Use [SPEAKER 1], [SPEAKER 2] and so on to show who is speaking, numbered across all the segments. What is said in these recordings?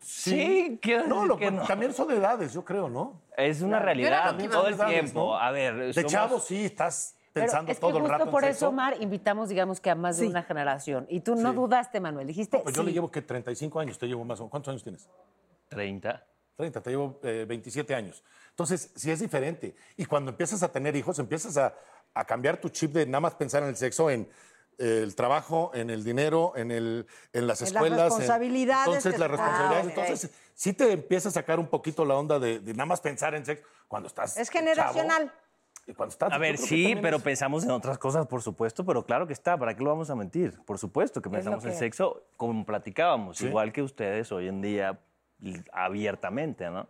[SPEAKER 1] Sí,
[SPEAKER 2] quiero
[SPEAKER 1] no,
[SPEAKER 2] decir
[SPEAKER 1] lo-
[SPEAKER 2] que no.
[SPEAKER 1] también son de edades, yo creo, ¿no?
[SPEAKER 2] Es una
[SPEAKER 1] Claro, yo era
[SPEAKER 2] realidad
[SPEAKER 1] lo que iba a
[SPEAKER 2] todo el
[SPEAKER 1] decir.
[SPEAKER 2] tiempo.
[SPEAKER 1] ¿no?
[SPEAKER 2] A ver,
[SPEAKER 1] De
[SPEAKER 2] somos-
[SPEAKER 1] chavo sí estás
[SPEAKER 3] Pero
[SPEAKER 1] pensando
[SPEAKER 3] es que
[SPEAKER 1] todo el
[SPEAKER 3] justo
[SPEAKER 1] rato en
[SPEAKER 3] por eso,
[SPEAKER 1] sexo.
[SPEAKER 3] Omar, invitamos, digamos que a más de una generación. Y tú no dudaste, Manuel. Dijiste.
[SPEAKER 1] Pues yo le
[SPEAKER 3] sí.
[SPEAKER 1] llevo que 35 años, te llevo más. o- ¿Cuántos años tienes? 30. 30, te llevo eh, 27 años. Entonces, sí es diferente. Y cuando empiezas a tener hijos, empiezas a, a cambiar tu chip de nada más pensar en el sexo, en eh, el trabajo, en el dinero, en, el, en las
[SPEAKER 4] En las
[SPEAKER 1] escuelas.
[SPEAKER 4] responsabilidades
[SPEAKER 1] entonces,
[SPEAKER 4] que-
[SPEAKER 1] las responsabilidades.
[SPEAKER 4] Ah, ok.
[SPEAKER 1] Entonces, sí te empieza a sacar un poquito la onda de, de nada más pensar en sexo cuando estás.
[SPEAKER 4] Es
[SPEAKER 1] chavo
[SPEAKER 4] generacional.
[SPEAKER 1] y cuando estás,
[SPEAKER 2] A
[SPEAKER 1] yo
[SPEAKER 2] ver,
[SPEAKER 1] creo que
[SPEAKER 2] sí,
[SPEAKER 1] también
[SPEAKER 2] pero
[SPEAKER 1] es-
[SPEAKER 2] pensamos en otras cosas, por supuesto, pero claro que está, ¿para qué lo vamos a mentir? Por supuesto que
[SPEAKER 1] lo
[SPEAKER 2] pensamos en
[SPEAKER 1] que-
[SPEAKER 2] sexo como platicábamos,
[SPEAKER 1] Sí.
[SPEAKER 2] igual que ustedes hoy en día l- abiertamente, ¿no?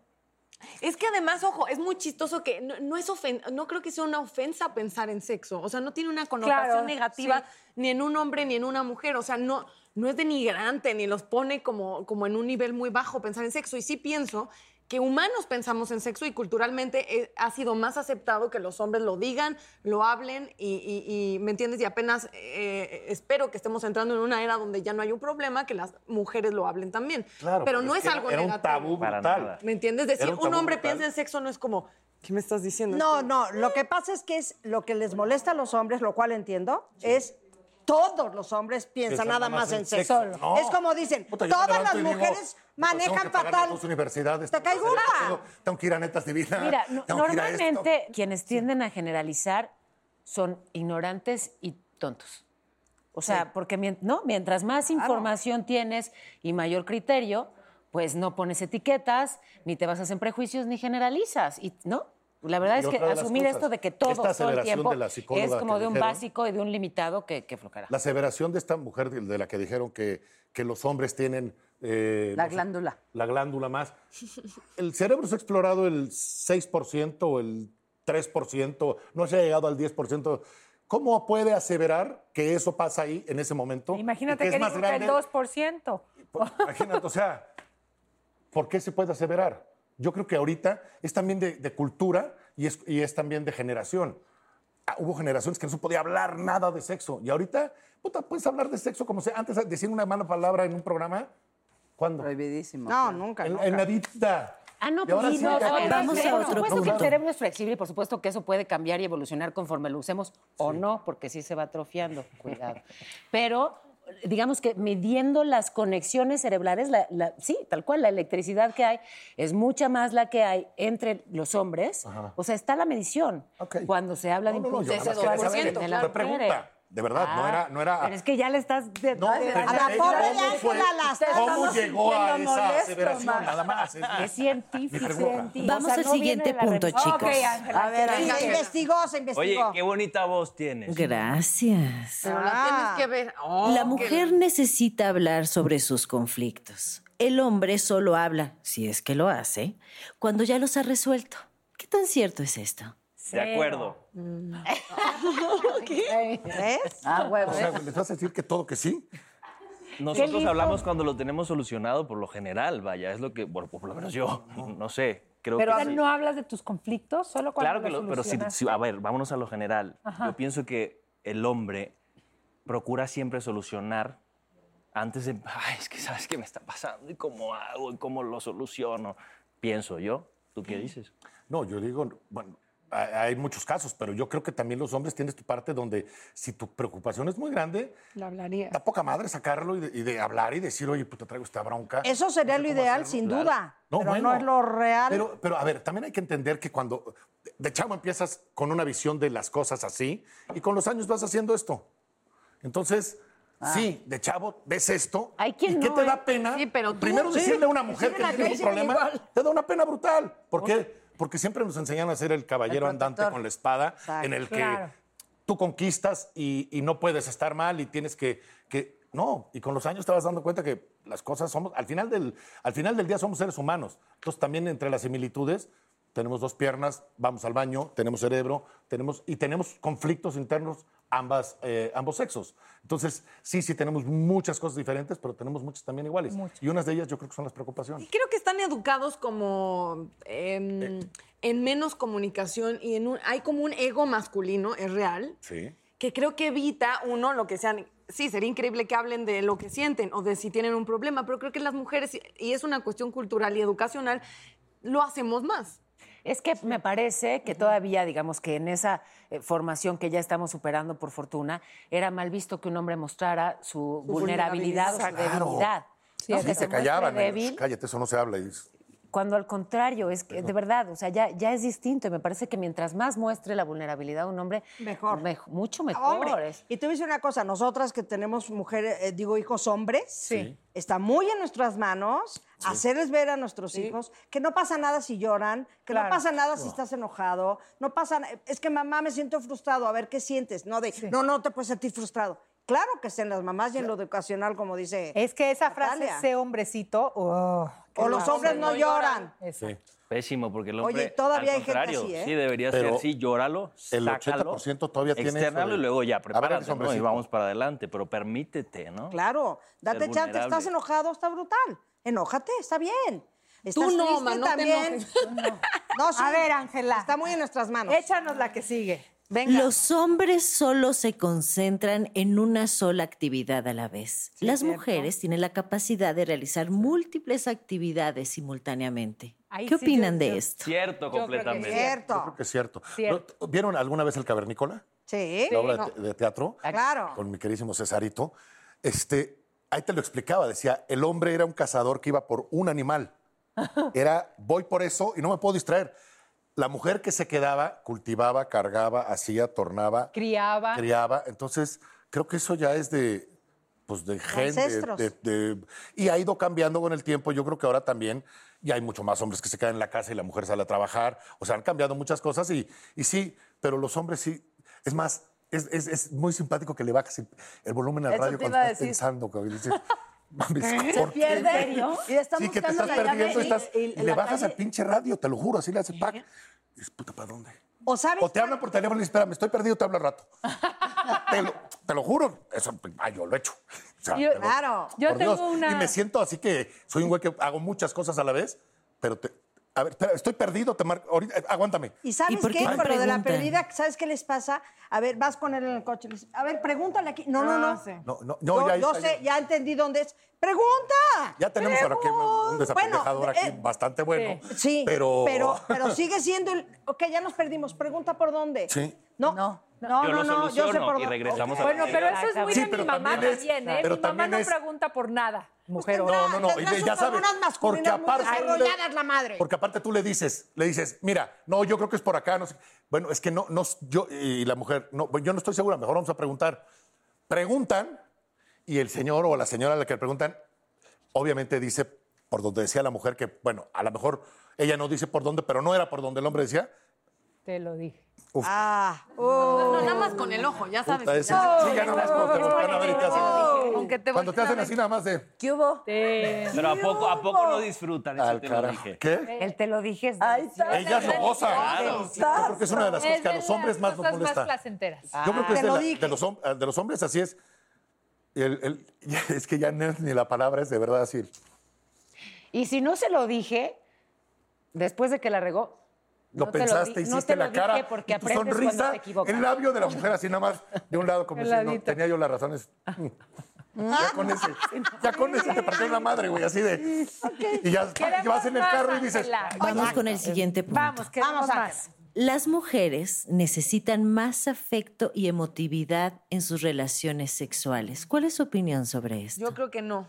[SPEAKER 5] Es que además, ojo, es muy chistoso que no, no es ofen no creo que sea una ofensa pensar en sexo. O sea, no tiene una connotación
[SPEAKER 6] Claro,
[SPEAKER 5] negativa
[SPEAKER 6] sí.
[SPEAKER 5] ni en un hombre ni en una mujer. O sea, no, no es denigrante ni los pone como, como en un nivel muy bajo pensar en sexo. Y sí pienso que humanos pensamos en sexo y culturalmente eh, ha sido más aceptado que los hombres lo digan, lo hablen y, y- y, ¿me entiendes? Y apenas eh, espero que estemos entrando en una era donde ya no hay un problema, que las mujeres lo hablen también.
[SPEAKER 1] Claro,
[SPEAKER 5] pero no
[SPEAKER 1] es
[SPEAKER 5] es,
[SPEAKER 1] que era-
[SPEAKER 5] algo
[SPEAKER 1] era un
[SPEAKER 5] negativo.
[SPEAKER 1] tabú Para brutal. nada.
[SPEAKER 5] ¿Me entiendes? Decir,
[SPEAKER 1] Era un
[SPEAKER 5] un,
[SPEAKER 1] tabú
[SPEAKER 5] hombre
[SPEAKER 1] brutal.
[SPEAKER 5] piensa en sexo no es como, ¿qué me estás diciendo?
[SPEAKER 4] No, no, lo que pasa es que es lo que les molesta a los hombres, lo cual entiendo, es todos los hombres piensan nada más en sexo.
[SPEAKER 1] No.
[SPEAKER 4] Es como dicen,
[SPEAKER 1] Puta, yo me
[SPEAKER 4] todas las
[SPEAKER 1] levanto y digo,
[SPEAKER 4] mujeres
[SPEAKER 1] "Puta, tengo
[SPEAKER 4] manejan
[SPEAKER 1] que pagar
[SPEAKER 4] fatal.
[SPEAKER 1] las dos universidades.
[SPEAKER 4] Te
[SPEAKER 1] tengo que
[SPEAKER 4] caigo
[SPEAKER 1] hacer esto,
[SPEAKER 4] una.
[SPEAKER 1] Tengo, tengo que ir a netas divinas.
[SPEAKER 3] Mira, no-
[SPEAKER 1] tengo que ir a esto".
[SPEAKER 3] normalmente quienes tienden a generalizar son ignorantes y tontos. O sea, porque mien- ¿no? mientras más información tienes y mayor criterio, pues no pones etiquetas, ni te basas en prejuicios, ni generalizas. Y, ¿No? La verdad
[SPEAKER 1] Y
[SPEAKER 3] es que
[SPEAKER 1] otra de las
[SPEAKER 3] asumir
[SPEAKER 1] cosas,
[SPEAKER 3] esto de que
[SPEAKER 1] esta
[SPEAKER 3] todo todo el
[SPEAKER 1] aceleración
[SPEAKER 3] tiempo
[SPEAKER 1] de la
[SPEAKER 3] es
[SPEAKER 1] psicóloga
[SPEAKER 3] como
[SPEAKER 1] que
[SPEAKER 3] de un
[SPEAKER 1] dijeron.
[SPEAKER 3] básico y de un limitado que, que flojera.
[SPEAKER 1] La aseveración de esta mujer de de la que dijeron que, que los hombres tienen... eh, no sé, La glándula más. El cerebro se ha explorado el 6% o el 3%, no se ha llegado al 10%. ¿Cómo puede aseverar que eso pasa ahí en ese momento?
[SPEAKER 6] Imagínate
[SPEAKER 1] y
[SPEAKER 6] que, dijo que el 2%.
[SPEAKER 1] Imagínate, o sea, ¿por qué se puede aseverar? Yo creo que ahorita es también de, de cultura y es, y es también de generación. Ah, hubo generaciones que no se podía hablar nada de sexo y ahorita, puta, puedes hablar de sexo como sea. Antes decir una mala palabra en un programa, ¿cuándo? Prohibidísimo.
[SPEAKER 4] No, nunca,
[SPEAKER 1] En,
[SPEAKER 4] nunca.
[SPEAKER 1] en la vida.
[SPEAKER 3] Ah, no,
[SPEAKER 1] Y ahora
[SPEAKER 3] pues
[SPEAKER 1] sí,
[SPEAKER 3] no,
[SPEAKER 1] ya-
[SPEAKER 3] ver,
[SPEAKER 1] vamos
[SPEAKER 3] sí,
[SPEAKER 1] a
[SPEAKER 3] por
[SPEAKER 1] otro
[SPEAKER 3] supuesto que el
[SPEAKER 1] punto.
[SPEAKER 3] cerebro es flexible y por supuesto que eso puede cambiar y evolucionar conforme lo usemos o no, porque sí se va atrofiando, cuidado. Pero digamos que midiendo las conexiones cerebrales, la- la- sí, tal cual, la electricidad que hay es mucha más la que hay entre los hombres.
[SPEAKER 1] Ajá.
[SPEAKER 3] O sea, está la medición cuando se habla de
[SPEAKER 1] No, no, yo
[SPEAKER 3] impulsos
[SPEAKER 1] nada más quería
[SPEAKER 3] sexuales
[SPEAKER 1] saber,
[SPEAKER 3] en las
[SPEAKER 1] fue pregunta.
[SPEAKER 3] mujeres.
[SPEAKER 1] De verdad, no era, no era.
[SPEAKER 3] Pero es que ya le estás... de-
[SPEAKER 1] No,
[SPEAKER 3] de-
[SPEAKER 1] pensé que ¿cómo fue- ¿Cómo llegó a esa aseveración? Nada más. es-
[SPEAKER 3] Es científico.
[SPEAKER 1] Mi pregunta.
[SPEAKER 3] científico.
[SPEAKER 7] Vamos al siguiente punto, chicos.
[SPEAKER 4] a ver,
[SPEAKER 8] Venga,
[SPEAKER 4] sí, se
[SPEAKER 8] Ángela.
[SPEAKER 4] investigó,
[SPEAKER 8] Oye,
[SPEAKER 4] se investigó.
[SPEAKER 8] qué bonita voz tienes.
[SPEAKER 7] Gracias.
[SPEAKER 5] Pero la
[SPEAKER 4] Ah.
[SPEAKER 5] tienes que ver.
[SPEAKER 7] La mujer necesita hablar sobre sus conflictos. El hombre solo habla, si es que lo hace, cuando ya los ha resuelto. ¿Qué tan cierto es esto?
[SPEAKER 8] De acuerdo.
[SPEAKER 4] ¿Qué?
[SPEAKER 7] Ah,
[SPEAKER 8] huevo.
[SPEAKER 1] O sea, ¿les vas a decir que todo que sí?
[SPEAKER 8] Nosotros
[SPEAKER 1] lindo.
[SPEAKER 8] hablamos cuando lo tenemos solucionado por lo general, vaya, es lo que, bueno, por lo menos yo, no sé, creo
[SPEAKER 6] Pero
[SPEAKER 8] que... sí.
[SPEAKER 6] no hablas de tus conflictos, solo cuando
[SPEAKER 8] Claro que lo, pero sí,
[SPEAKER 6] solucionas.
[SPEAKER 8] sí, a ver, vámonos a lo general.
[SPEAKER 6] Ajá.
[SPEAKER 8] Yo pienso que el hombre procura siempre solucionar antes de, ay, es que sabes qué me está pasando y cómo hago y cómo lo soluciono, pienso yo. ¿Tú qué dices?
[SPEAKER 1] No, yo digo, bueno, ha- hay muchos casos, pero yo creo que también los hombres tienes tu parte donde si tu preocupación es muy grande,
[SPEAKER 5] La hablaría.
[SPEAKER 1] da poca madre sacarlo y de, y de hablar y decir, oye, puta, traigo esta bronca.
[SPEAKER 4] Eso sería lo ideal, sin
[SPEAKER 1] Claro.
[SPEAKER 4] duda.
[SPEAKER 1] No,
[SPEAKER 4] pero
[SPEAKER 1] bueno.
[SPEAKER 4] no es lo real.
[SPEAKER 1] Pero, pero a ver, también hay que entender que cuando de- de chavo empiezas con una visión de las cosas así y con los años vas haciendo esto. Entonces,
[SPEAKER 4] Ah.
[SPEAKER 1] sí, de chavo ves esto.
[SPEAKER 3] Hay quien
[SPEAKER 1] ¿Y qué
[SPEAKER 3] no,
[SPEAKER 1] te
[SPEAKER 3] ¿eh?
[SPEAKER 1] da pena?
[SPEAKER 3] Sí, pero tú-
[SPEAKER 1] Primero
[SPEAKER 3] Sí.
[SPEAKER 1] decirle a una mujer
[SPEAKER 3] Sí,
[SPEAKER 1] que
[SPEAKER 3] la
[SPEAKER 1] tiene un
[SPEAKER 3] Gracie me
[SPEAKER 1] problema
[SPEAKER 3] igual.
[SPEAKER 1] te da una pena brutal. ¿Por qué? Porque siempre nos enseñan a ser el caballero andante con la espada, en el que
[SPEAKER 6] Claro.
[SPEAKER 1] tú conquistas y, y no puedes estar mal y tienes que, que- No, y con los años te vas dando cuenta que las cosas somos, al final, del, al final del día somos seres humanos. Entonces también entre las similitudes tenemos dos piernas, vamos al baño, tenemos cerebro, tenemos, y tenemos conflictos internos ambas, eh, ambos sexos. Entonces, sí, sí tenemos muchas cosas diferentes, pero tenemos muchas también iguales. Y unas de ellas yo creo que son las preocupaciones.
[SPEAKER 5] Creo que están educados como em,
[SPEAKER 1] Eh.
[SPEAKER 5] en menos comunicación y en un, hay como un ego masculino, es real,
[SPEAKER 1] Sí.
[SPEAKER 5] que creo que evita uno lo que sean. Sí, sería increíble que hablen de lo que sienten o de si tienen un problema, pero creo que las mujeres, y es una cuestión cultural y educacional, lo hacemos más.
[SPEAKER 3] Es que me parece que todavía, digamos que en esa eh, formación que ya estamos superando por fortuna, era mal visto que un hombre mostrara su, vulnerabilidad, o su
[SPEAKER 1] vulnerabilidad. Claro.
[SPEAKER 3] debilidad.
[SPEAKER 1] Sí,
[SPEAKER 3] ¿no? Que se muestre
[SPEAKER 1] te callaban, eh,
[SPEAKER 3] débil,
[SPEAKER 1] cállate, eso no se habla. y dices,
[SPEAKER 3] cuando al contrario, es que de verdad, o sea, ya, ya es distinto. Y me parece que mientras más muestre la vulnerabilidad un hombre,
[SPEAKER 4] Mejor. Ah,
[SPEAKER 3] mej- mucho mejor.
[SPEAKER 4] Hombre, y te voy a decir una cosa, nosotras que tenemos mujeres, eh, digo hijos hombres,
[SPEAKER 3] Sí.
[SPEAKER 4] está muy en nuestras manos hacerles ver a nuestros hijos que no pasa nada si lloran, que
[SPEAKER 6] Claro.
[SPEAKER 4] no pasa nada si
[SPEAKER 6] No.
[SPEAKER 4] estás enojado, no pasa, na- es que mamá me siento frustrado, a ver qué sientes, no de, no, no te puedes sentir frustrado. Claro que está en las mamás y en lo educacional, como dice.
[SPEAKER 6] Es que esa frase,
[SPEAKER 4] Natalia.
[SPEAKER 6] ese hombrecito, oh, qué
[SPEAKER 4] o los
[SPEAKER 6] bárbaro.
[SPEAKER 4] hombres no lloran.
[SPEAKER 8] Pésimo, porque el
[SPEAKER 4] Oye,
[SPEAKER 8] hombre,
[SPEAKER 4] todavía
[SPEAKER 8] al
[SPEAKER 4] hay gente
[SPEAKER 8] contrario,
[SPEAKER 4] así, ¿eh?
[SPEAKER 8] sí debería
[SPEAKER 1] Pero
[SPEAKER 8] ser, sí, llóralo,
[SPEAKER 1] el
[SPEAKER 8] sácalo,
[SPEAKER 1] 80% todavía tiene eso
[SPEAKER 8] externalo
[SPEAKER 1] de-
[SPEAKER 8] y luego
[SPEAKER 1] A
[SPEAKER 8] ya,
[SPEAKER 1] ver,
[SPEAKER 8] prepárate,
[SPEAKER 1] eres
[SPEAKER 8] ¿no? y
[SPEAKER 1] hombrecito.
[SPEAKER 8] vamos para adelante, pero permítete, ¿no?
[SPEAKER 4] Claro, date
[SPEAKER 8] Ser
[SPEAKER 4] chance,
[SPEAKER 8] vulnerable.
[SPEAKER 4] estás enojado, está brutal. Enójate, está bien. Estás
[SPEAKER 5] no,
[SPEAKER 4] triste
[SPEAKER 5] ma, no te
[SPEAKER 4] también.
[SPEAKER 5] enojes.
[SPEAKER 4] No, sí.
[SPEAKER 6] A ver, Ángela.
[SPEAKER 4] Está muy en nuestras manos.
[SPEAKER 6] Échanos la que sigue.
[SPEAKER 7] Los hombres solo se concentran en una sola actividad a la vez. Las mujeres tienen la capacidad de realizar múltiples actividades simultáneamente.
[SPEAKER 8] Ahí
[SPEAKER 7] ¿Qué
[SPEAKER 8] sí,
[SPEAKER 7] opinan
[SPEAKER 8] yo-
[SPEAKER 7] de
[SPEAKER 8] yo-
[SPEAKER 7] esto?
[SPEAKER 8] Cierto, completamente.
[SPEAKER 1] Yo creo que es cierto.
[SPEAKER 7] Cierto.
[SPEAKER 1] ¿No- ¿Vieron alguna vez El Cavernícola?
[SPEAKER 4] Sí.
[SPEAKER 1] La obra de, te- de teatro.
[SPEAKER 4] Claro.
[SPEAKER 1] Con mi queridísimo Cesarito. Este, ahí te lo explicaba. Decía, el hombre era un cazador que iba por un animal. Era, voy por eso y no me puedo distraer. La mujer que se quedaba, cultivaba, cargaba, hacía, tornaba,
[SPEAKER 6] Criaba.
[SPEAKER 1] criaba. Entonces, creo que eso ya es de, pues de gen, de-
[SPEAKER 6] ancestros.
[SPEAKER 1] de- de- y ha ido cambiando con el tiempo. Yo creo que ahora también ya hay mucho más hombres que se quedan en la casa y la mujer sale a trabajar. O sea, han cambiado muchas cosas y, y sí, pero los hombres sí. Es más, es, es- es muy simpático que le bajes el, el volumen al
[SPEAKER 9] Eso
[SPEAKER 1] radio
[SPEAKER 9] te
[SPEAKER 1] cuando
[SPEAKER 9] iba a
[SPEAKER 1] estás
[SPEAKER 9] decir.
[SPEAKER 1] pensando. cabrón, y dices,
[SPEAKER 9] Se
[SPEAKER 1] mames, ¿por qué?
[SPEAKER 9] pierde y le están
[SPEAKER 1] Sí, que te
[SPEAKER 9] buscando la
[SPEAKER 1] estás
[SPEAKER 9] llave
[SPEAKER 1] perdiendo,
[SPEAKER 9] y-
[SPEAKER 1] estás,
[SPEAKER 9] y
[SPEAKER 1] y
[SPEAKER 9] la
[SPEAKER 1] le bajas
[SPEAKER 9] calle-
[SPEAKER 1] al pinche radio, te lo juro, así le hace pack. Y dices, puta, ¿para dónde?
[SPEAKER 4] O sabes.
[SPEAKER 1] O te hablan por teléfono y dicen, espérame, estoy perdido, te hablo al rato. te, lo, te lo juro. Eso, ay, yo lo he hecho. O sea,
[SPEAKER 4] Yo-
[SPEAKER 1] te lo-
[SPEAKER 4] claro.
[SPEAKER 1] por
[SPEAKER 4] Yo tengo
[SPEAKER 1] Dios.
[SPEAKER 4] una-
[SPEAKER 1] Y me siento así que soy un güey que hago muchas cosas a la vez, pero te. A ver, espera, estoy perdido, te marco. Ahorita, eh, aguántame.
[SPEAKER 4] ¿Y sabes qué? Con lo de la pérdida, ¿sabes qué les pasa? A ver, vas con él en el coche. le dices, a ver, pregúntale aquí. No, no, no.
[SPEAKER 1] No, no, no,
[SPEAKER 4] yo,
[SPEAKER 1] ya,
[SPEAKER 4] yo
[SPEAKER 1] ya-
[SPEAKER 4] sé, ya entendí dónde es. ¡Pregunta!
[SPEAKER 1] Ya tenemos ahora aquí un desapendejador
[SPEAKER 4] Bueno,
[SPEAKER 1] aquí
[SPEAKER 4] eh,
[SPEAKER 1] bastante bueno.
[SPEAKER 4] Sí,
[SPEAKER 1] pero.
[SPEAKER 4] pero, pero sigue siendo el. Ok, ya nos perdimos. Pregunta por dónde.
[SPEAKER 1] Sí.
[SPEAKER 4] No, no, no,
[SPEAKER 8] Yo lo
[SPEAKER 4] no, yo sé
[SPEAKER 8] soluciono
[SPEAKER 4] por
[SPEAKER 8] y
[SPEAKER 4] dónde.
[SPEAKER 8] regresamos a la
[SPEAKER 6] Bueno, pero
[SPEAKER 8] realidad.
[SPEAKER 6] eso es muy
[SPEAKER 8] Sí,
[SPEAKER 6] de
[SPEAKER 8] pero
[SPEAKER 6] mi mamá
[SPEAKER 8] también es-
[SPEAKER 6] también, ¿eh?
[SPEAKER 8] pero
[SPEAKER 6] Mi mamá
[SPEAKER 8] también
[SPEAKER 6] no
[SPEAKER 8] es-
[SPEAKER 6] pregunta por nada.
[SPEAKER 4] Mujer,
[SPEAKER 1] No, no, no,
[SPEAKER 6] Ah,
[SPEAKER 1] y
[SPEAKER 4] Pues tendrá
[SPEAKER 1] ya
[SPEAKER 4] sus
[SPEAKER 1] sabes,
[SPEAKER 4] hormonas
[SPEAKER 1] porque
[SPEAKER 4] masculinas muy
[SPEAKER 1] aparte-
[SPEAKER 4] desarrolladas, la madre.
[SPEAKER 1] Porque aparte tú le dices, le dices, mira, no, yo creo que es por acá, no sé. Bueno, es que no, no, yo, y la mujer, no, bueno, yo no estoy segura, mejor vamos a preguntar. Preguntan, y el señor o la señora a la que le preguntan, obviamente dice por donde decía la mujer, que bueno, a lo mejor ella no dice por dónde, pero no era por donde el hombre decía.
[SPEAKER 6] Te lo dije.
[SPEAKER 1] Uf.
[SPEAKER 4] Ah,
[SPEAKER 5] No, nada más con el ojo, ya sabes.
[SPEAKER 1] Puta, ese- sí, ya nada más cuando te voltean a ver y te hacen-
[SPEAKER 9] Oh.
[SPEAKER 5] Aunque te
[SPEAKER 1] Cuando te hacen así nada más de.
[SPEAKER 9] ¿Qué hubo?
[SPEAKER 8] Pero ¿a poco, ¿a poco no disfrutan? Eso te lo dije.
[SPEAKER 1] ¿Qué?
[SPEAKER 3] Él te lo dije.
[SPEAKER 1] Ellas lo gozan. Yo creo que es una de las cosas que a
[SPEAKER 6] de
[SPEAKER 1] los hombres
[SPEAKER 6] las
[SPEAKER 1] más nos
[SPEAKER 6] cosas
[SPEAKER 1] molesta.
[SPEAKER 6] más placenteras.
[SPEAKER 10] Ah,
[SPEAKER 1] Yo creo que es de, la- de los, hom- eh, de los hombres, así es. El- el- ya- es que ya no es ni la palabra, es de verdad así.
[SPEAKER 10] Y si no se lo dije, después de que la regó,
[SPEAKER 1] Lo
[SPEAKER 10] No te lo
[SPEAKER 1] pensaste,
[SPEAKER 10] di- no
[SPEAKER 1] hiciste
[SPEAKER 10] te lo
[SPEAKER 1] la cara.
[SPEAKER 10] dije porque
[SPEAKER 1] y tu
[SPEAKER 10] aprendes cuando
[SPEAKER 1] sonrisa,
[SPEAKER 10] te equivocas.
[SPEAKER 1] el labio de la mujer así nada más, de un lado, como
[SPEAKER 10] El
[SPEAKER 1] diciendo,
[SPEAKER 10] ladito. Ah.
[SPEAKER 1] tenía yo las razones.
[SPEAKER 11] Ah.
[SPEAKER 1] Ya con ese, ya con ese te partió la madre, güey, así de. Y ya
[SPEAKER 7] Queremos
[SPEAKER 1] y vas en el
[SPEAKER 7] más,
[SPEAKER 1] carro y dices.
[SPEAKER 7] Ángela. Vamos con el siguiente punto. Vamos,
[SPEAKER 4] queremos Vamos, Ángela. más.
[SPEAKER 7] Las mujeres necesitan más afecto y emotividad en sus relaciones sexuales. ¿Cuál es su opinión sobre esto?
[SPEAKER 5] Yo creo que no.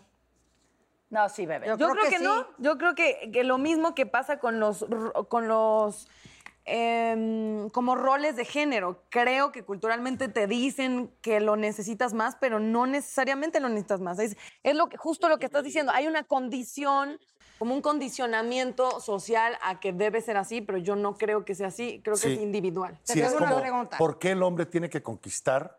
[SPEAKER 9] No, sí, bebé.
[SPEAKER 5] Yo, creo, que, no. Yo creo que, que lo mismo que pasa con los r- con los em, como roles de género. Creo que culturalmente te dicen que lo necesitas más, pero no necesariamente lo necesitas más. Es, es lo que, justo lo que estás diciendo. Hay una condición, como un condicionamiento social a que debe ser así, pero yo no creo que sea así. Creo que
[SPEAKER 1] Sí.
[SPEAKER 5] es individual.
[SPEAKER 1] Sí, es como, ¿Por qué el hombre tiene que conquistar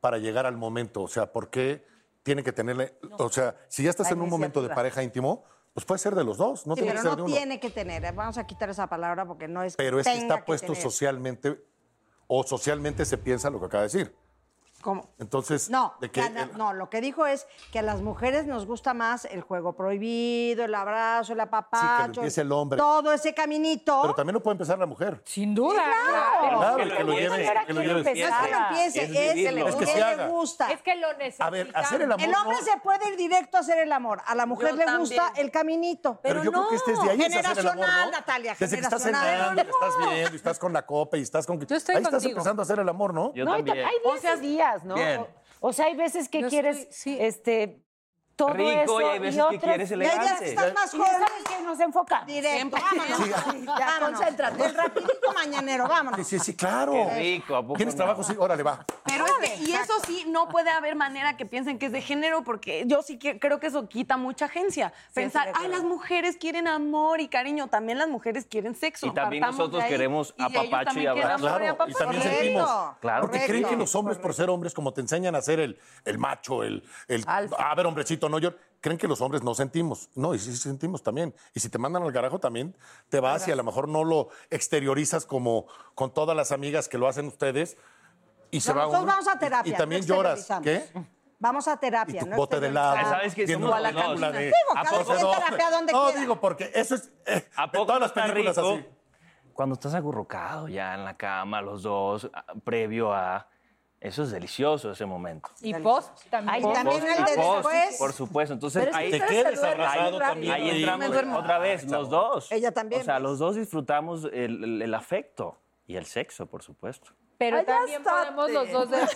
[SPEAKER 1] para llegar al momento? O sea, ¿por qué tiene que tenerle. O sea, si ya estás
[SPEAKER 4] La
[SPEAKER 1] en un momento de
[SPEAKER 4] iniciativa.
[SPEAKER 1] pareja íntimo, pues puede ser de los dos, no
[SPEAKER 4] Sí,
[SPEAKER 1] tiene que
[SPEAKER 4] pero
[SPEAKER 1] ser
[SPEAKER 4] no
[SPEAKER 1] de uno.
[SPEAKER 4] tiene que tener. eh, Vamos a quitar esa palabra porque no es.
[SPEAKER 1] Pero es que
[SPEAKER 4] tenga
[SPEAKER 1] está puesto
[SPEAKER 4] tener.
[SPEAKER 1] socialmente, o socialmente se piensa lo que acaba de decir.
[SPEAKER 5] ¿Cómo?
[SPEAKER 1] Entonces,
[SPEAKER 4] No,
[SPEAKER 1] de que
[SPEAKER 4] ya na-
[SPEAKER 1] el-
[SPEAKER 4] no, lo que dijo es que a las mujeres nos gusta más el juego prohibido, el abrazo, el apapacho.
[SPEAKER 1] empiece el hombre.
[SPEAKER 4] Todo ese caminito.
[SPEAKER 1] pero también lo puede empezar la mujer.
[SPEAKER 6] Sin duda.
[SPEAKER 4] claro.
[SPEAKER 1] Claro,
[SPEAKER 4] Pero
[SPEAKER 1] que lo
[SPEAKER 4] empiece,
[SPEAKER 1] lleve.
[SPEAKER 4] pero
[SPEAKER 1] que lo
[SPEAKER 4] aquí
[SPEAKER 1] lleve.
[SPEAKER 4] empieza. No es que lo empiece, es, que le-
[SPEAKER 1] Es que
[SPEAKER 4] es
[SPEAKER 1] se
[SPEAKER 4] le
[SPEAKER 1] haga.
[SPEAKER 4] gusta.
[SPEAKER 6] Es que lo necesita.
[SPEAKER 1] A ver, hacer el amor.
[SPEAKER 4] El hombre
[SPEAKER 1] no-
[SPEAKER 4] se puede ir directo a hacer el amor. A la mujer
[SPEAKER 6] Yo
[SPEAKER 4] le
[SPEAKER 6] también.
[SPEAKER 4] gusta el caminito.
[SPEAKER 1] Pero, yo creo que este desde ahí es hacer el amor,
[SPEAKER 4] Generacional,
[SPEAKER 1] ¿no?
[SPEAKER 4] Natalia,
[SPEAKER 1] Desde que estás
[SPEAKER 4] generacional.
[SPEAKER 1] cenando, estás viendo, y estás con la copa y estás con...
[SPEAKER 10] Yo estoy
[SPEAKER 1] ahí estás
[SPEAKER 10] contigo.
[SPEAKER 1] empezando a hacer el amor, ¿no?
[SPEAKER 10] No, y ta- hay días, y días, ¿no?
[SPEAKER 1] Bien.
[SPEAKER 10] O, o sea, hay veces que quieres este, todo
[SPEAKER 8] Rico, y hay
[SPEAKER 10] eso
[SPEAKER 8] veces
[SPEAKER 10] y
[SPEAKER 8] que
[SPEAKER 10] otras...
[SPEAKER 8] quieres Y hay días que elegante. estás más
[SPEAKER 10] Y ya sabes que nos enfocamos.
[SPEAKER 4] Directo. Vámonos. ya, concéntrate. El rapidito mañanero, vámonos.
[SPEAKER 1] Sí, sí, sí, claro.
[SPEAKER 8] Qué rico, ¿a poco
[SPEAKER 1] ¿Tienes
[SPEAKER 8] no?
[SPEAKER 1] trabajo? Sí, órale, va.
[SPEAKER 5] Pero es que- y eso sí, no puede haber manera que piensen que es de género, porque yo sí que, creo que eso quita mucha agencia. Pensar, ay, las mujeres quieren amor y cariño, también las mujeres quieren sexo.
[SPEAKER 8] Y también
[SPEAKER 5] Partamos de
[SPEAKER 8] nosotros
[SPEAKER 5] ahí.
[SPEAKER 8] queremos
[SPEAKER 5] Y ellos
[SPEAKER 8] apapacho y
[SPEAKER 5] también quieren
[SPEAKER 8] abrazo.
[SPEAKER 5] amor
[SPEAKER 1] Claro, y
[SPEAKER 5] apapacho.
[SPEAKER 1] también
[SPEAKER 5] Correcto,
[SPEAKER 1] sentimos.
[SPEAKER 5] correcto.
[SPEAKER 1] Porque creen que los hombres, por ser hombres, como te enseñan a ser el, el macho, el, el "Ah, a ver, hombrecito, no yo. Creen que los hombres no sentimos. No, y sí sentimos también. Y si te mandan al garajo también, te vas y a lo mejor no lo exteriorizas como con todas las amigas que lo hacen ustedes. Y se
[SPEAKER 4] No,
[SPEAKER 1] va
[SPEAKER 4] nosotros
[SPEAKER 1] uno.
[SPEAKER 4] vamos a terapia,
[SPEAKER 1] Y, y también
[SPEAKER 4] no
[SPEAKER 1] lloras. ¿Qué?
[SPEAKER 4] exteriorizamos. Vamos a terapia.
[SPEAKER 1] Tu
[SPEAKER 4] no
[SPEAKER 1] bote de
[SPEAKER 4] exteriorizamos.
[SPEAKER 1] helado.
[SPEAKER 8] ¿Sabes que
[SPEAKER 1] viendo
[SPEAKER 8] somos
[SPEAKER 1] una
[SPEAKER 8] los dos?
[SPEAKER 1] película de-
[SPEAKER 8] Digo, cada
[SPEAKER 1] no sé
[SPEAKER 8] quien
[SPEAKER 1] dónde.
[SPEAKER 4] terapia donde
[SPEAKER 1] No,
[SPEAKER 4] quiera.
[SPEAKER 1] digo, porque eso es... eh,
[SPEAKER 8] ¿A
[SPEAKER 1] de
[SPEAKER 8] poco
[SPEAKER 1] todas
[SPEAKER 8] no
[SPEAKER 1] las
[SPEAKER 8] está
[SPEAKER 1] películas
[SPEAKER 8] rico?
[SPEAKER 1] así.
[SPEAKER 8] Cuando estás agurrucado ya en la cama, los dos, a- previo a... Eso es delicioso ese momento.
[SPEAKER 6] Y post también.
[SPEAKER 8] Post,
[SPEAKER 6] Pero
[SPEAKER 8] y
[SPEAKER 6] es que
[SPEAKER 8] post,
[SPEAKER 6] ustedes
[SPEAKER 8] Por supuesto. Entonces,
[SPEAKER 6] Pero es que
[SPEAKER 8] ahí
[SPEAKER 6] ustedes Te quedas se duermen
[SPEAKER 1] abrazado muy rápido. también,
[SPEAKER 8] Ahí
[SPEAKER 1] ahí
[SPEAKER 8] entramos
[SPEAKER 1] me duermo.
[SPEAKER 8] otra vez, los dos.
[SPEAKER 4] Ella también.
[SPEAKER 8] O sea, los dos disfrutamos el, el- el afecto y el sexo, por supuesto.
[SPEAKER 6] Pero
[SPEAKER 4] Ay, ya
[SPEAKER 6] también
[SPEAKER 4] estate.
[SPEAKER 6] podemos los dos de...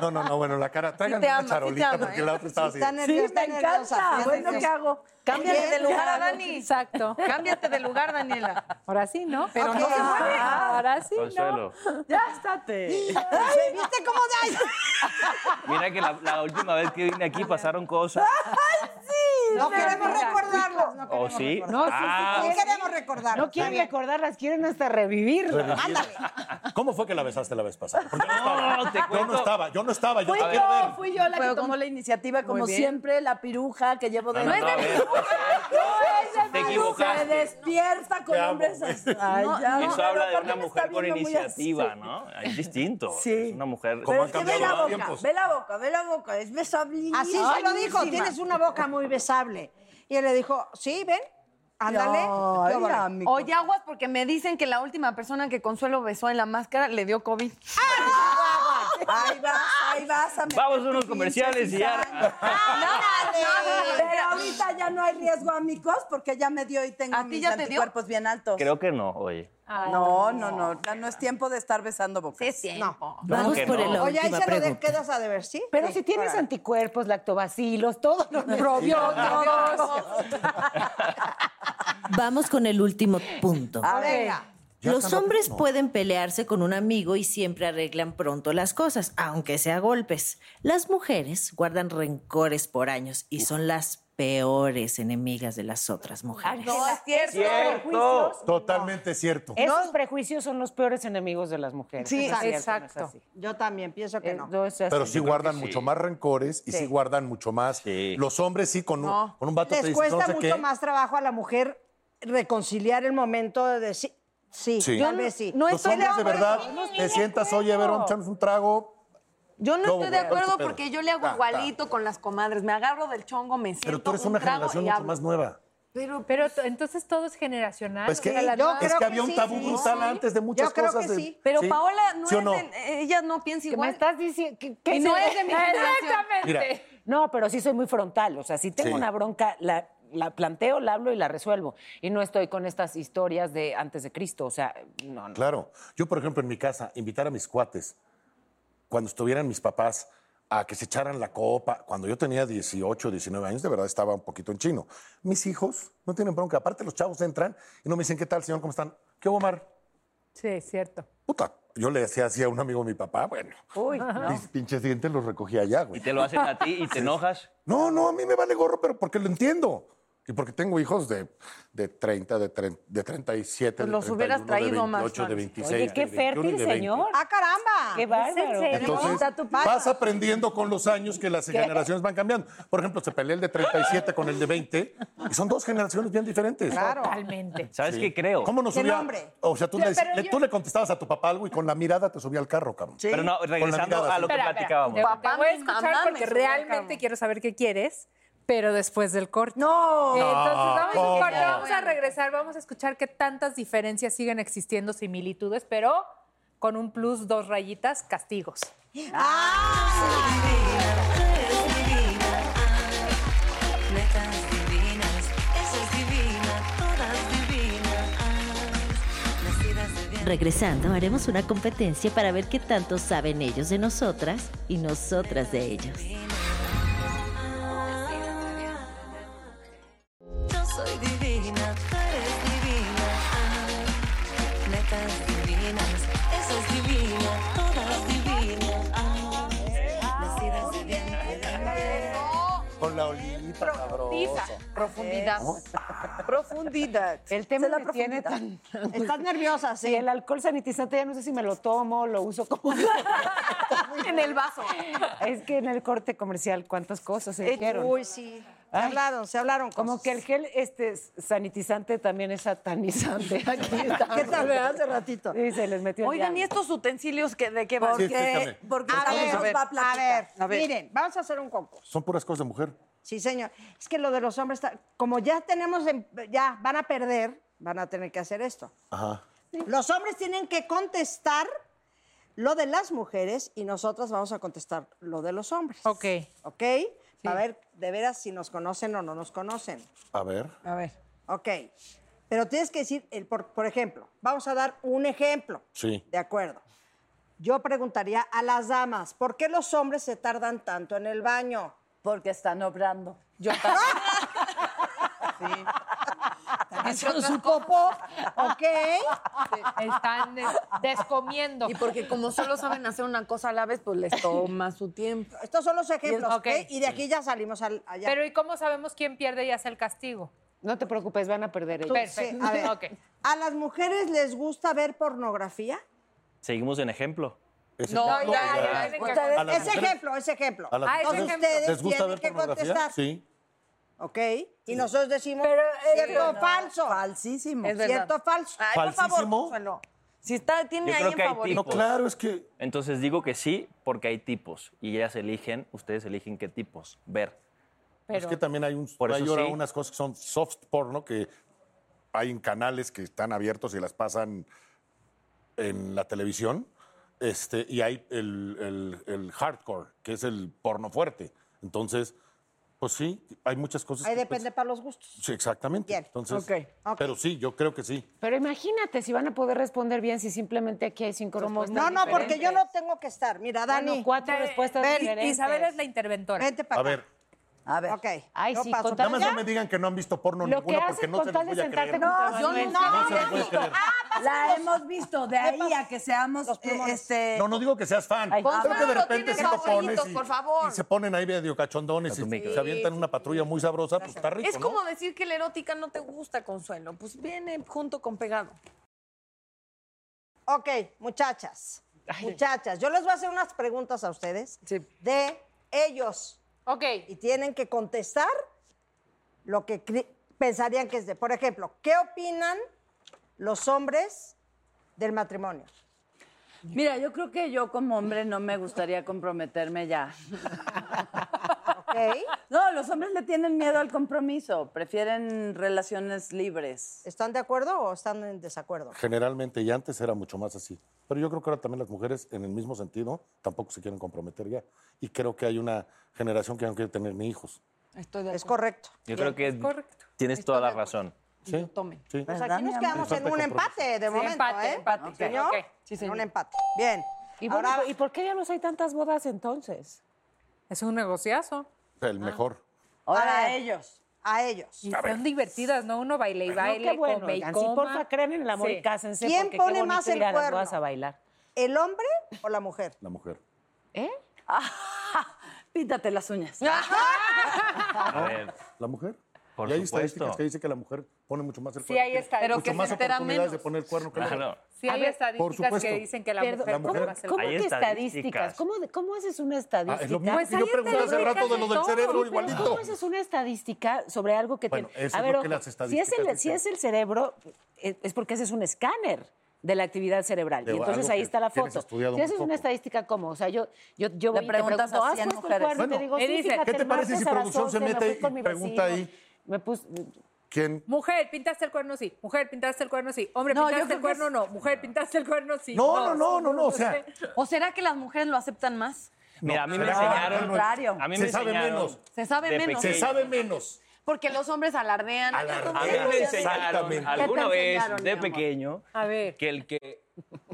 [SPEAKER 1] No, no, no, bueno, la cara. Traigan
[SPEAKER 4] te
[SPEAKER 1] una
[SPEAKER 4] ama, sí te
[SPEAKER 1] charolita
[SPEAKER 4] ama,
[SPEAKER 1] porque
[SPEAKER 4] ¿eh?
[SPEAKER 1] la otra estaba
[SPEAKER 4] Sí,
[SPEAKER 1] así.
[SPEAKER 4] está nerviosa, está nerviosa, está
[SPEAKER 9] pues,
[SPEAKER 4] nerviosa.
[SPEAKER 5] Cámbiale de lugar a Dani.
[SPEAKER 6] Exacto.
[SPEAKER 5] Cámbiate de lugar, Daniela.
[SPEAKER 6] Ahora sí, ¿no?
[SPEAKER 5] Pero
[SPEAKER 6] Ok. Ah,
[SPEAKER 5] no se mueve.
[SPEAKER 6] Ahora sí, ¿no?
[SPEAKER 8] Consuelo.
[SPEAKER 5] Ya, estate.
[SPEAKER 4] Ay, ¿Viste cómo da?
[SPEAKER 8] Mira que la, la última vez que vine aquí pasaron cosas.
[SPEAKER 4] ¡Ay, sí! No queremos recordarlas. No
[SPEAKER 8] ¿O sí?
[SPEAKER 10] No, sí, sí,
[SPEAKER 8] Ah,
[SPEAKER 4] No queremos recordarlas.
[SPEAKER 10] No quieren recordarlas, quieren hasta revivirlas.
[SPEAKER 1] Revivirlas. ¿Cómo fue que la besaste la vez pasada? Porque yo
[SPEAKER 8] No,
[SPEAKER 1] no
[SPEAKER 8] te
[SPEAKER 1] estaba. yo
[SPEAKER 8] cuento.
[SPEAKER 1] no estaba, yo no estaba. Yo
[SPEAKER 9] Fui
[SPEAKER 1] te quiero ver.
[SPEAKER 9] yo, fui yo la que
[SPEAKER 8] Pero
[SPEAKER 9] tomó
[SPEAKER 8] con-
[SPEAKER 9] la iniciativa, como
[SPEAKER 8] Muy bien.
[SPEAKER 9] siempre, la piruja que llevo
[SPEAKER 8] No,
[SPEAKER 9] de
[SPEAKER 8] no, no, a ver.
[SPEAKER 9] No,
[SPEAKER 8] Te
[SPEAKER 9] es de
[SPEAKER 8] equivocaste.
[SPEAKER 9] Se despierta con
[SPEAKER 8] Te amo,
[SPEAKER 9] hombres
[SPEAKER 8] güey.
[SPEAKER 9] así. Ay, ya.
[SPEAKER 8] Eso
[SPEAKER 9] Pero
[SPEAKER 8] habla de
[SPEAKER 9] aparte
[SPEAKER 8] una
[SPEAKER 9] me
[SPEAKER 8] mujer
[SPEAKER 9] está
[SPEAKER 8] con
[SPEAKER 9] viendo muy
[SPEAKER 8] iniciativa,
[SPEAKER 9] así.
[SPEAKER 8] ¿no? Es distinto.
[SPEAKER 9] Sí.
[SPEAKER 8] Es una mujer.
[SPEAKER 9] Pero es que ve la boca, ve la boca, ve la boca, es besable.
[SPEAKER 4] Así se lo dijo, tienes una boca muy besable. Y él le dijo, sí, ven, ándale. Qué bueno.
[SPEAKER 5] Oye, aguas, porque me dicen que la última persona que Consuelo besó en la máscara le dio COVID.
[SPEAKER 9] Ahí vas, ahí vas a
[SPEAKER 8] Vamos a unos comerciales y ya.
[SPEAKER 9] Pero ahorita ya no hay riesgo, amigos, porque ya me dio y tengo mis
[SPEAKER 5] ya te dio?
[SPEAKER 9] anticuerpos bien altos.
[SPEAKER 8] Creo que no, oye.
[SPEAKER 9] No, no, no, ya no es tiempo de estar besando bocas. Sí,
[SPEAKER 4] tiempo.
[SPEAKER 8] Vamos por el
[SPEAKER 4] Oye, ahí se lo de- quedas a deber, ¿sí?
[SPEAKER 10] Pero
[SPEAKER 4] Sí,
[SPEAKER 10] si tienes
[SPEAKER 4] órale.
[SPEAKER 10] anticuerpos, lactobacilos, todos los
[SPEAKER 7] Vamos con el último punto.
[SPEAKER 9] A ver. Venga.
[SPEAKER 7] Ya Los
[SPEAKER 9] están a
[SPEAKER 7] hombres
[SPEAKER 9] punto.
[SPEAKER 7] pueden pelearse con un amigo y siempre arreglan pronto las cosas, aunque sea a golpes. Las mujeres guardan rencores por años y son las peores enemigas de las otras mujeres.
[SPEAKER 10] No, es cierto.
[SPEAKER 1] Cierto. Totalmente cierto.
[SPEAKER 10] Esos prejuicios son los peores enemigos de las mujeres.
[SPEAKER 4] Sí,
[SPEAKER 10] Eso es cierto, no es
[SPEAKER 4] exacto.
[SPEAKER 10] así.
[SPEAKER 4] Yo también pienso que
[SPEAKER 10] Eh,
[SPEAKER 4] no.
[SPEAKER 10] no es así.
[SPEAKER 1] Pero sí guardan mucho más rencores y sí.
[SPEAKER 4] Sí.
[SPEAKER 1] guardan mucho más. Los hombres sí, con un,
[SPEAKER 4] No.
[SPEAKER 1] con un vato te
[SPEAKER 4] Les
[SPEAKER 1] dicen,
[SPEAKER 4] cuesta
[SPEAKER 1] no sé
[SPEAKER 4] mucho
[SPEAKER 1] qué.
[SPEAKER 4] más trabajo a la mujer reconciliar el momento de decir, sí,
[SPEAKER 1] Sí.
[SPEAKER 4] tal vez sí.
[SPEAKER 1] Los hombres de verdad, te sientas, oye, a ver, vamos a echarnos un trago.
[SPEAKER 5] Yo no
[SPEAKER 1] Lobo,
[SPEAKER 5] estoy de
[SPEAKER 1] güey, ¿cuál es tu
[SPEAKER 5] acuerdo
[SPEAKER 1] pedo?
[SPEAKER 5] porque yo le hago
[SPEAKER 1] Ta, ta.
[SPEAKER 5] igualito con las comadres. Me agarro del chongo, me siento
[SPEAKER 1] Pero tú eres
[SPEAKER 5] un
[SPEAKER 1] una
[SPEAKER 5] trago
[SPEAKER 1] generación
[SPEAKER 5] y
[SPEAKER 1] mucho
[SPEAKER 5] hablo. Ah,
[SPEAKER 1] más nueva.
[SPEAKER 6] Pero, pero t- entonces todo es generacional.
[SPEAKER 1] Pues que-
[SPEAKER 6] o sea, la
[SPEAKER 1] yo
[SPEAKER 6] nueva-
[SPEAKER 1] creo Es que que había un sí, tabú sí, brutal sí. antes de muchas
[SPEAKER 6] Yo creo
[SPEAKER 1] cosas
[SPEAKER 6] que
[SPEAKER 1] de-
[SPEAKER 6] sí.
[SPEAKER 5] Pero
[SPEAKER 1] Sí.
[SPEAKER 5] Paola no
[SPEAKER 1] ¿Sí o
[SPEAKER 5] es
[SPEAKER 1] no?
[SPEAKER 5] de-
[SPEAKER 6] Eh,
[SPEAKER 5] ella no piensa
[SPEAKER 10] Que me
[SPEAKER 5] igual.
[SPEAKER 10] estás diciendo que, que
[SPEAKER 5] Y no
[SPEAKER 10] se-
[SPEAKER 5] es de mi generación.
[SPEAKER 10] Exactamente.
[SPEAKER 5] Mira.
[SPEAKER 10] No, pero sí soy muy frontal. O sea, si tengo
[SPEAKER 5] Sí.
[SPEAKER 10] una bronca, la, la planteo, la hablo y la resuelvo. Y no estoy con estas historias de antes de Cristo. O sea, no, no.
[SPEAKER 1] Claro. Yo, por ejemplo, en mi casa, invitar a mis cuates, cuando estuvieran mis papás, a que se echaran la copa. Cuando yo tenía 18, 19 años, de verdad estaba un poquito en chino. Mis hijos no tienen bronca. Aparte, los chavos entran y no me dicen, ¿qué tal, señor? ¿Cómo están? ¿Qué hubo, Omar?
[SPEAKER 6] Sí, es cierto.
[SPEAKER 1] Puta. Yo le decía así a un amigo de mi papá, bueno,
[SPEAKER 6] Uy,
[SPEAKER 1] mis pinches dientes los recogía allá, güey.
[SPEAKER 8] Y te lo hacen a ti y te enojas.
[SPEAKER 1] No, no, a mí me vale gorro, pero porque lo entiendo. Y porque tengo hijos de, de 30, de, 30, de 37,
[SPEAKER 5] Pues
[SPEAKER 1] de
[SPEAKER 5] los
[SPEAKER 1] 31,
[SPEAKER 5] hubieras traído
[SPEAKER 1] de
[SPEAKER 5] más,
[SPEAKER 1] 28, de
[SPEAKER 5] Max.
[SPEAKER 1] 26.
[SPEAKER 5] Oye, qué
[SPEAKER 1] de 21 y de
[SPEAKER 5] fértil,
[SPEAKER 1] 20.
[SPEAKER 5] señor.
[SPEAKER 4] ¡Ah, caramba!
[SPEAKER 10] ¡Qué bárbaro!
[SPEAKER 1] Entonces, vas aprendiendo con los años que las
[SPEAKER 10] ¿Qué?
[SPEAKER 1] generaciones van cambiando. Por ejemplo, se pelea el de 37 con el de 20 y son dos generaciones bien diferentes.
[SPEAKER 6] Totalmente.
[SPEAKER 8] ¿Sabes
[SPEAKER 1] Sí.
[SPEAKER 8] qué creo?
[SPEAKER 1] ¿Cómo nos
[SPEAKER 8] Del
[SPEAKER 1] subía?
[SPEAKER 8] hombre.
[SPEAKER 1] O sea, tú,
[SPEAKER 8] Pero-
[SPEAKER 1] le,
[SPEAKER 8] pero
[SPEAKER 1] le-
[SPEAKER 8] yo-
[SPEAKER 1] tú le contestabas a tu papá algo y con la mirada te subía al carro, cabrón.
[SPEAKER 8] Pero no,
[SPEAKER 1] Con la
[SPEAKER 8] regresando
[SPEAKER 1] mirada,
[SPEAKER 8] a lo
[SPEAKER 1] sí.
[SPEAKER 8] que platicábamos.
[SPEAKER 6] Te, te voy a escuchar
[SPEAKER 5] mamá me
[SPEAKER 6] porque
[SPEAKER 5] subió al
[SPEAKER 6] realmente quiero saber qué quieres, pero después del corte.
[SPEAKER 1] No,
[SPEAKER 6] ¡No! Entonces vamos a un
[SPEAKER 1] ¿cómo?
[SPEAKER 6] corte, vamos a regresar, vamos a escuchar qué tantas diferencias siguen existiendo, similitudes, pero con un plus, dos rayitas, castigos.
[SPEAKER 11] Netas divinas, eso es divina, todas divinas. Nacidas de bien.
[SPEAKER 7] Regresando, haremos una competencia para ver qué tanto saben ellos de nosotras y nosotras de ellos.
[SPEAKER 11] Yo soy divina, tú eres divina. Ah, Netas divinas, eso es divina, todas divinas. Ah, Nacidas de bien.
[SPEAKER 1] Con la olivita, cabrón.
[SPEAKER 5] Profundidad.
[SPEAKER 9] Profundidad.
[SPEAKER 10] El tema me tiene tan... Estás nerviosa, sí. el alcohol sanitizante ya no sé si me lo tomo, lo uso como...
[SPEAKER 5] en el vaso.
[SPEAKER 10] es que en el corte comercial, cuántas cosas se
[SPEAKER 4] Eh,
[SPEAKER 10] dijeron.
[SPEAKER 4] Uy, sí. Se
[SPEAKER 10] Ay.
[SPEAKER 4] hablaron, se hablaron.
[SPEAKER 10] Como que el gel este s- sanitizante también es satanizante. Aquí está.
[SPEAKER 4] ¿Qué tal, verdad? Hace ratito.
[SPEAKER 10] Sí, se les metió el
[SPEAKER 5] Oigan,
[SPEAKER 10] diablo.
[SPEAKER 5] ¿y estos utensilios que, de qué van?
[SPEAKER 1] Sí, explícame.
[SPEAKER 9] Porque
[SPEAKER 4] a, ver,
[SPEAKER 9] a ver,
[SPEAKER 4] a ver,
[SPEAKER 9] a ver.
[SPEAKER 4] miren, vamos a hacer un concurso.
[SPEAKER 1] Son puras cosas de mujer.
[SPEAKER 4] Sí, señor. Es que lo de los hombres, está- como ya tenemos, en- ya van a perder, van a tener que hacer esto.
[SPEAKER 1] Ajá.
[SPEAKER 4] Los hombres tienen que contestar lo de las mujeres y nosotras vamos a contestar lo de los hombres.
[SPEAKER 6] Ok.
[SPEAKER 4] ¿Ok? Para ver de veras si nos conocen o no nos conocen.
[SPEAKER 1] A ver.
[SPEAKER 4] A ver. Ok. Pero tienes que decir, el por, por ejemplo, vamos a dar un ejemplo.
[SPEAKER 1] Sí.
[SPEAKER 4] De acuerdo. Yo preguntaría a las damas, ¿por qué los hombres se tardan tanto en el baño?
[SPEAKER 9] Porque están obrando.
[SPEAKER 4] Yo
[SPEAKER 6] con su popó, ¿ok? Están des- descomiendo.
[SPEAKER 5] Y porque como solo saben hacer una cosa a la vez, pues les toma su tiempo.
[SPEAKER 4] Estos son los ejemplos,
[SPEAKER 6] Ok.
[SPEAKER 4] ¿ok? Y de aquí ya salimos al- allá.
[SPEAKER 6] Pero ¿y cómo sabemos quién pierde y hace el castigo?
[SPEAKER 10] No te preocupes, van a perder ellos.
[SPEAKER 6] Perfecto.
[SPEAKER 4] Sí, a ver.
[SPEAKER 6] Ok.
[SPEAKER 4] ¿A las mujeres les gusta ver pornografía?
[SPEAKER 8] Seguimos en ejemplo.
[SPEAKER 4] No, ya, ya, ya, ya. Ustedes-
[SPEAKER 8] A las
[SPEAKER 4] ese
[SPEAKER 8] mujeres-
[SPEAKER 4] ejemplo, ese ejemplo.
[SPEAKER 8] A las Ah, ese
[SPEAKER 4] Entonces
[SPEAKER 8] ejemplo.
[SPEAKER 4] ustedes
[SPEAKER 8] ¿Les gusta
[SPEAKER 4] tienen
[SPEAKER 8] ver
[SPEAKER 4] que
[SPEAKER 8] pornografía?
[SPEAKER 4] contestar.
[SPEAKER 1] Sí.
[SPEAKER 4] ¿Ok? Y nosotros decimos, ¿cierto o
[SPEAKER 9] no,
[SPEAKER 4] falso?
[SPEAKER 9] Falsísimo.
[SPEAKER 4] Es verdad. ¿Cierto o falso?
[SPEAKER 9] Ay,
[SPEAKER 8] por favor, ¿Falsísimo?
[SPEAKER 9] Si está, tiene
[SPEAKER 8] Yo creo que hay tipos.
[SPEAKER 1] es que.
[SPEAKER 8] Entonces digo que sí, porque hay tipos. Y ellas eligen, ustedes eligen qué tipos ver.
[SPEAKER 1] Es que también hay, un,
[SPEAKER 8] Por
[SPEAKER 1] hay
[SPEAKER 8] eso
[SPEAKER 1] ahora
[SPEAKER 8] sí.
[SPEAKER 1] unas cosas que son soft porno que hay en canales que están abiertos y las pasan en la televisión. Este, y hay el, el- el hardcore, que es el porno fuerte. Entonces, pues sí, hay muchas cosas.
[SPEAKER 4] Ahí
[SPEAKER 1] que- pues,
[SPEAKER 4] depende para los gustos.
[SPEAKER 1] Sí, exactamente. Entonces, Pero sí, yo creo que sí.
[SPEAKER 10] Pero imagínate si van a poder responder bien si simplemente aquí hay cinco respuestas
[SPEAKER 4] No, no, porque yo
[SPEAKER 10] diferentes.
[SPEAKER 4] no tengo que estar. Mira, Dani.
[SPEAKER 10] Bueno, cuatro respuestas
[SPEAKER 4] ven,
[SPEAKER 10] diferentes.
[SPEAKER 6] Isabel es la interventora.
[SPEAKER 4] Vente
[SPEAKER 1] A
[SPEAKER 4] para
[SPEAKER 1] ver,
[SPEAKER 4] A ver. Ok.
[SPEAKER 10] Ay,
[SPEAKER 4] yo
[SPEAKER 10] sí,
[SPEAKER 4] paso.
[SPEAKER 10] con
[SPEAKER 1] nada
[SPEAKER 10] tal-
[SPEAKER 1] más no me digan que no han visto porno
[SPEAKER 10] Lo
[SPEAKER 1] ninguno
[SPEAKER 10] que haces
[SPEAKER 1] porque no
[SPEAKER 10] con
[SPEAKER 1] se los
[SPEAKER 10] tal de
[SPEAKER 1] voy a
[SPEAKER 10] sentarte
[SPEAKER 1] creer.
[SPEAKER 10] junto a
[SPEAKER 1] No, yo
[SPEAKER 10] Manuel.
[SPEAKER 1] no, no se los voy a creer.
[SPEAKER 9] La hemos visto. De ahí a que seamos eh, este.
[SPEAKER 1] No, no digo que seas fan.
[SPEAKER 9] Ay,
[SPEAKER 1] Creo que de
[SPEAKER 9] Gonzalo,
[SPEAKER 1] repente
[SPEAKER 9] tienes
[SPEAKER 1] sí lo pones
[SPEAKER 9] favoritos,
[SPEAKER 1] y,
[SPEAKER 9] por favor.
[SPEAKER 1] y se ponen ahí medio cachondones y se avientan una patrulla muy sabrosa, pues está rico,
[SPEAKER 5] es
[SPEAKER 1] ¿no?
[SPEAKER 5] como decir que la erótica no te gusta, Consuelo. Pues viene junto con pegado.
[SPEAKER 4] Ok, muchachas. Muchachas, yo les voy a hacer unas preguntas a ustedes de ellos.
[SPEAKER 6] Ok.
[SPEAKER 4] Y tienen que contestar lo que cre- pensarían que es de. Por ejemplo, ¿qué opinan los hombres del matrimonio?
[SPEAKER 9] Mira, yo creo que yo como hombre no me gustaría comprometerme ya. No, los hombres le tienen miedo al compromiso, prefieren relaciones libres.
[SPEAKER 4] ¿Están de acuerdo o están en desacuerdo?
[SPEAKER 1] Generalmente, y antes era mucho más así. Pero yo creo que ahora también las mujeres, en el mismo sentido, tampoco se quieren comprometer ya. Y creo que hay una generación que no quiere tener ni hijos.
[SPEAKER 4] es correcto.
[SPEAKER 8] Yo creo que tienes toda la razón.
[SPEAKER 1] Sí. Sí.
[SPEAKER 4] Pues aquí nos quedamos en un empate de
[SPEAKER 10] Sí,
[SPEAKER 4] momento,
[SPEAKER 10] empate,
[SPEAKER 4] ¿eh?
[SPEAKER 10] empate.
[SPEAKER 4] ¿No, señor?
[SPEAKER 10] Ok, sí, señor.
[SPEAKER 4] En un empate. Bien.
[SPEAKER 10] Y bueno,
[SPEAKER 4] Ahora-
[SPEAKER 10] ¿y por qué ya no hay tantas bodas entonces?
[SPEAKER 6] Es un negociazo.
[SPEAKER 1] El mejor.
[SPEAKER 6] Ahora
[SPEAKER 4] a
[SPEAKER 9] ellos.
[SPEAKER 4] A ellos.
[SPEAKER 6] Y son divertidas, ¿no? Uno baile y
[SPEAKER 10] Ay, no,
[SPEAKER 6] baile,
[SPEAKER 10] qué bueno,
[SPEAKER 6] come y
[SPEAKER 10] oigan, sí,
[SPEAKER 6] coma.
[SPEAKER 10] porfa, crean en el amor y cásense,
[SPEAKER 4] ¿Quién
[SPEAKER 10] porque qué
[SPEAKER 4] pone
[SPEAKER 10] bonito
[SPEAKER 4] más
[SPEAKER 10] ir
[SPEAKER 4] el
[SPEAKER 10] a las
[SPEAKER 4] cuerno?
[SPEAKER 10] bodas a bailar.
[SPEAKER 4] ¿El hombre o la mujer?
[SPEAKER 1] La mujer.
[SPEAKER 10] ¿Eh?
[SPEAKER 9] Píntate las uñas.
[SPEAKER 1] A ver. La mujer. Por y hay
[SPEAKER 8] supuesto.
[SPEAKER 1] estadísticas que dicen que la mujer pone mucho más el
[SPEAKER 6] Sí,
[SPEAKER 1] cuerno.
[SPEAKER 6] hay
[SPEAKER 1] Tiene
[SPEAKER 6] estadísticas.
[SPEAKER 1] mucho
[SPEAKER 6] Pero que
[SPEAKER 1] más
[SPEAKER 6] se entera
[SPEAKER 1] oportunidades
[SPEAKER 6] menos.
[SPEAKER 1] de poner el cuerno que el
[SPEAKER 8] Claro.
[SPEAKER 1] hombre.
[SPEAKER 6] Sí, hay
[SPEAKER 1] A ver, por
[SPEAKER 6] estadísticas
[SPEAKER 1] supuesto.
[SPEAKER 6] que dicen que la
[SPEAKER 10] Perdón,
[SPEAKER 6] mujer
[SPEAKER 10] ¿cómo,
[SPEAKER 6] pone más el
[SPEAKER 10] ¿cómo
[SPEAKER 8] Hay
[SPEAKER 10] que estadísticas?
[SPEAKER 8] estadísticas.
[SPEAKER 10] ¿Cómo, ¿Cómo haces una estadística? Pues
[SPEAKER 1] Ah, es lo mismo que yo
[SPEAKER 10] ahí
[SPEAKER 1] pregunté hace
[SPEAKER 10] estadísticas
[SPEAKER 1] rato de lo del
[SPEAKER 10] todo.
[SPEAKER 1] cerebro,
[SPEAKER 10] Pero
[SPEAKER 1] igualito.
[SPEAKER 10] ¿Cómo haces una estadística sobre algo que
[SPEAKER 1] Bueno,
[SPEAKER 10] tiene?
[SPEAKER 1] eso es lo que las
[SPEAKER 10] si es,
[SPEAKER 1] estadísticas
[SPEAKER 10] el,
[SPEAKER 1] dicen.
[SPEAKER 10] si es el cerebro, eh, es porque haces un escáner de la actividad cerebral.
[SPEAKER 1] De
[SPEAKER 10] y entonces
[SPEAKER 1] algo
[SPEAKER 10] ahí
[SPEAKER 1] que
[SPEAKER 10] está la
[SPEAKER 1] tienes
[SPEAKER 10] foto.
[SPEAKER 1] estudiado
[SPEAKER 10] Si
[SPEAKER 1] un
[SPEAKER 10] haces
[SPEAKER 1] poco.
[SPEAKER 10] una estadística, ¿cómo? O sea, yo, yo, yo
[SPEAKER 9] Le
[SPEAKER 10] voy y te
[SPEAKER 9] preguntas
[SPEAKER 10] pregunto, "Ah,
[SPEAKER 9] a
[SPEAKER 10] ¿has
[SPEAKER 9] 100
[SPEAKER 10] puesto el
[SPEAKER 9] mujeres.
[SPEAKER 10] cuerno? Y te
[SPEAKER 9] Bueno,
[SPEAKER 10] digo,
[SPEAKER 9] ¿qué
[SPEAKER 10] sí,
[SPEAKER 9] te
[SPEAKER 10] fíjate, el
[SPEAKER 1] parece
[SPEAKER 10] martes
[SPEAKER 1] si
[SPEAKER 10] a las
[SPEAKER 1] producción se
[SPEAKER 10] 11 me
[SPEAKER 1] mete
[SPEAKER 10] fui
[SPEAKER 1] y
[SPEAKER 10] con mi
[SPEAKER 1] pregunta
[SPEAKER 10] vecino?
[SPEAKER 1] ahí?
[SPEAKER 10] Me puse...
[SPEAKER 1] ¿Quién?
[SPEAKER 6] Mujer, pintaste el cuerno sí. Mujer, pintaste el cuerno sí. Hombre,
[SPEAKER 9] No, yo
[SPEAKER 6] pintaste
[SPEAKER 9] creo
[SPEAKER 6] el
[SPEAKER 9] que
[SPEAKER 6] cuerno no. Mujer, pintaste el cuerno sí.
[SPEAKER 1] No, no, no, no, no. O sea,
[SPEAKER 6] sé.
[SPEAKER 9] ¿O será que las mujeres lo aceptan más?
[SPEAKER 8] Mira, a mí me
[SPEAKER 1] será que
[SPEAKER 8] enseñaron.
[SPEAKER 1] al contrario.
[SPEAKER 8] A mí
[SPEAKER 1] Se
[SPEAKER 8] me
[SPEAKER 1] sabe
[SPEAKER 8] enseñaron
[SPEAKER 1] menos.
[SPEAKER 5] Se sabe
[SPEAKER 8] de
[SPEAKER 5] menos.
[SPEAKER 8] pequeño.
[SPEAKER 1] Se sabe menos.
[SPEAKER 5] Porque los hombres alardean.
[SPEAKER 8] A mí me enseñaron alguna vez de pequeño
[SPEAKER 5] A ver.
[SPEAKER 8] que el que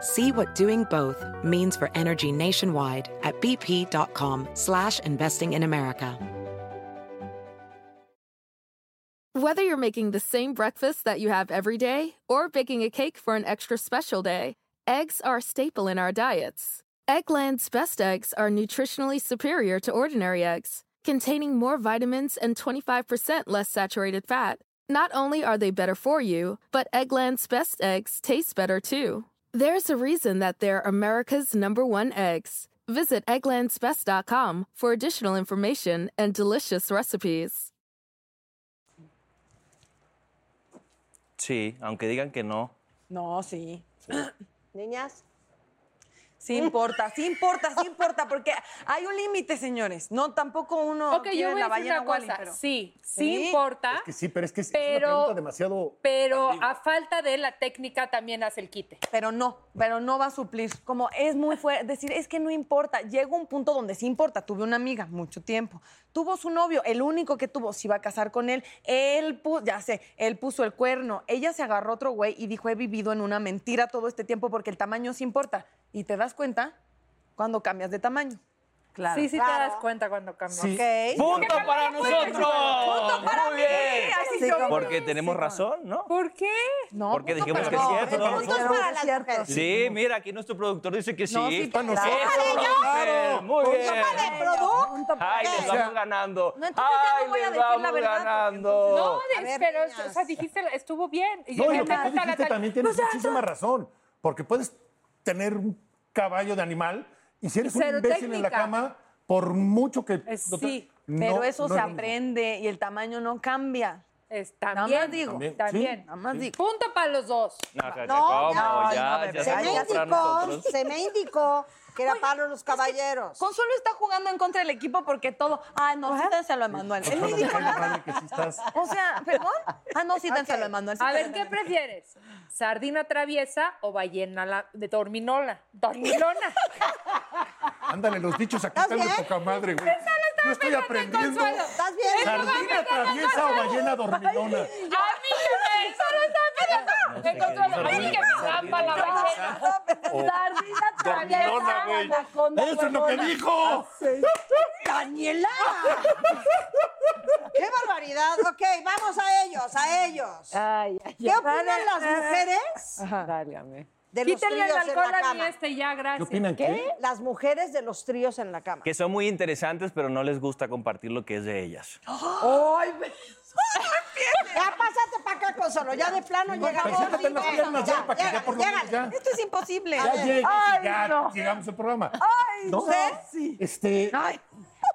[SPEAKER 12] See what doing both means for energy nationwide at bp.com slash investing in America.
[SPEAKER 13] Whether you're making the same breakfast that you have every day or baking a cake for an extra special day, eggs are a staple in our diets. Eggland's best eggs are nutritionally superior to ordinary eggs, containing more vitamins and 25% less saturated fat. Not only are they better for you, but Eggland's best eggs taste better too. There's a reason that they're America's number one eggs. Visit egglandsbest.com for additional information and delicious recipes.
[SPEAKER 8] Sí, aunque digan que no.
[SPEAKER 5] No, sí.
[SPEAKER 4] Niñas.
[SPEAKER 5] Sí importa, sí importa, sí importa, porque hay un límite, señores. No, tampoco uno
[SPEAKER 6] Ok, yo
[SPEAKER 5] quiere
[SPEAKER 6] voy
[SPEAKER 5] la
[SPEAKER 6] a decir
[SPEAKER 5] ballena
[SPEAKER 6] una cosa.
[SPEAKER 5] Wally, pero...
[SPEAKER 6] Sí, sí importa.
[SPEAKER 1] Es que sí, pero es que es
[SPEAKER 6] Pero-
[SPEAKER 1] una pregunta demasiado...
[SPEAKER 6] Pero a falta de la técnica también hace el quite.
[SPEAKER 5] Pero no, pero no va a suplir. Como es muy fuerte, decir, es que no importa. Llega un punto donde sí importa. Tuve una amiga mucho tiempo. Tuvo su novio, el único que tuvo, se iba a casar con él. Él puso, ya sé, él puso el cuerno. Ella se agarró a otro güey y dijo, he vivido en una mentira todo este tiempo porque el tamaño sí importa. Y te das cuenta cuando cambias de tamaño.
[SPEAKER 6] Claro. Sí, sí te das cuenta cuando cambias. pues,
[SPEAKER 5] Sí.
[SPEAKER 8] ¡Punto para nosotros!
[SPEAKER 5] Punto para
[SPEAKER 8] Muy
[SPEAKER 5] mí.
[SPEAKER 8] bien.
[SPEAKER 5] Así Sí, yo-
[SPEAKER 8] Porque tenemos razón, ¿no?
[SPEAKER 6] ¿Por qué?
[SPEAKER 5] No,
[SPEAKER 8] Porque
[SPEAKER 5] punto
[SPEAKER 8] dijimos
[SPEAKER 5] para-
[SPEAKER 8] que
[SPEAKER 5] no,
[SPEAKER 8] es cierto.
[SPEAKER 5] el punto es para las mujeres.
[SPEAKER 8] Sí, mira, aquí nuestro productor dice que sí.
[SPEAKER 5] No, sí,
[SPEAKER 8] Para
[SPEAKER 5] claro.
[SPEAKER 8] nosotros.
[SPEAKER 5] ¡Déjale yo!
[SPEAKER 8] Robert, Muy
[SPEAKER 5] Punto
[SPEAKER 8] bien.
[SPEAKER 5] para el producto.
[SPEAKER 8] ¡Ay, les
[SPEAKER 5] O sea,
[SPEAKER 8] vamos ganando!
[SPEAKER 5] no, entonces ya
[SPEAKER 8] ¡Ay,
[SPEAKER 5] no voy a
[SPEAKER 8] les
[SPEAKER 5] decir la
[SPEAKER 8] vamos
[SPEAKER 5] verdad, porque
[SPEAKER 8] ganando!
[SPEAKER 6] No, de- pero, o sea, dijiste, estuvo bien. Y
[SPEAKER 1] No, y
[SPEAKER 6] me
[SPEAKER 1] lo que tú
[SPEAKER 6] encanta la
[SPEAKER 1] dijiste
[SPEAKER 6] tal-
[SPEAKER 1] también tienes
[SPEAKER 6] O sea,
[SPEAKER 1] muchísima razón, porque puedes tener un caballo de animal y si eres un
[SPEAKER 5] Cero
[SPEAKER 1] imbécil en la
[SPEAKER 5] técnica.
[SPEAKER 1] cama, por mucho que... lo tra-
[SPEAKER 5] Sí,
[SPEAKER 1] no-
[SPEAKER 5] pero eso
[SPEAKER 1] no
[SPEAKER 5] se
[SPEAKER 1] es lo mismo.
[SPEAKER 5] aprende y el tamaño no cambia.
[SPEAKER 6] también,
[SPEAKER 5] nada más digo.
[SPEAKER 6] También.
[SPEAKER 1] Sí,
[SPEAKER 5] Nada más digo.
[SPEAKER 6] Punto para los dos.
[SPEAKER 8] No, caca,
[SPEAKER 4] No,
[SPEAKER 8] ¿cómo?
[SPEAKER 4] no,
[SPEAKER 8] Ah, ya, ya
[SPEAKER 4] no, se
[SPEAKER 8] se
[SPEAKER 4] me
[SPEAKER 8] compran
[SPEAKER 4] indicó,
[SPEAKER 8] nosotros.
[SPEAKER 4] se me indicó que era para los caballeros.
[SPEAKER 5] Consuelo está jugando en contra del equipo porque todo. Ah, no, sí, dánselo a Manuel. Él ni dijo nada. O sea, ¿perdón? Ah, no, sí, dánselo a Manuel.
[SPEAKER 6] A ver, ¿qué prefieres? ¿Sardina traviesa o ballena la- de dorminola? Dormilona.
[SPEAKER 1] Ándale, los dichos aquí están de poca madre, güey. Yo estoy aprendiendo.
[SPEAKER 6] Consuelo.
[SPEAKER 4] ¿Estás bien?
[SPEAKER 1] ¿Sardina traviesa o ballena dormilona?
[SPEAKER 6] ¡A mí se me hizo, no está pensando! Encontró a la Oye, qué trampa la ballena.
[SPEAKER 9] La ardilla
[SPEAKER 6] dormilona, güey.
[SPEAKER 9] anaconda,
[SPEAKER 6] Eso es lo
[SPEAKER 9] huevona.
[SPEAKER 6] que
[SPEAKER 4] Ah,
[SPEAKER 6] dijo.
[SPEAKER 9] Sí. ¡Daniela!
[SPEAKER 4] ¡Qué barbaridad! Ok, vamos a ellos, a ellos.
[SPEAKER 10] Ay, ay,
[SPEAKER 4] ¿Qué
[SPEAKER 10] ay.
[SPEAKER 4] opinan las mujeres?
[SPEAKER 10] Válgame.
[SPEAKER 4] De los
[SPEAKER 6] Quítenle el
[SPEAKER 4] tríos en
[SPEAKER 6] alcohol
[SPEAKER 4] la
[SPEAKER 6] a mi
[SPEAKER 4] cama.
[SPEAKER 6] este ya, gracias.
[SPEAKER 8] ¿Qué opinan qué? ¿Qué?
[SPEAKER 4] Las mujeres de los tríos en la cama.
[SPEAKER 8] Que son muy interesantes, pero no les gusta compartir lo que es de ellas.
[SPEAKER 4] ¡Ay, me- Ya pásate para acá, Consuelo. Ya de plano llegamos.
[SPEAKER 1] Preséntate en las
[SPEAKER 4] Ya,
[SPEAKER 1] piernas ya, para que ya por lo menos ya.
[SPEAKER 4] Esto es imposible.
[SPEAKER 1] Ya llegues y ya llegamos al programa.
[SPEAKER 10] Ay,
[SPEAKER 1] ¿No?
[SPEAKER 10] no.
[SPEAKER 1] Sí. Este,
[SPEAKER 10] Ay,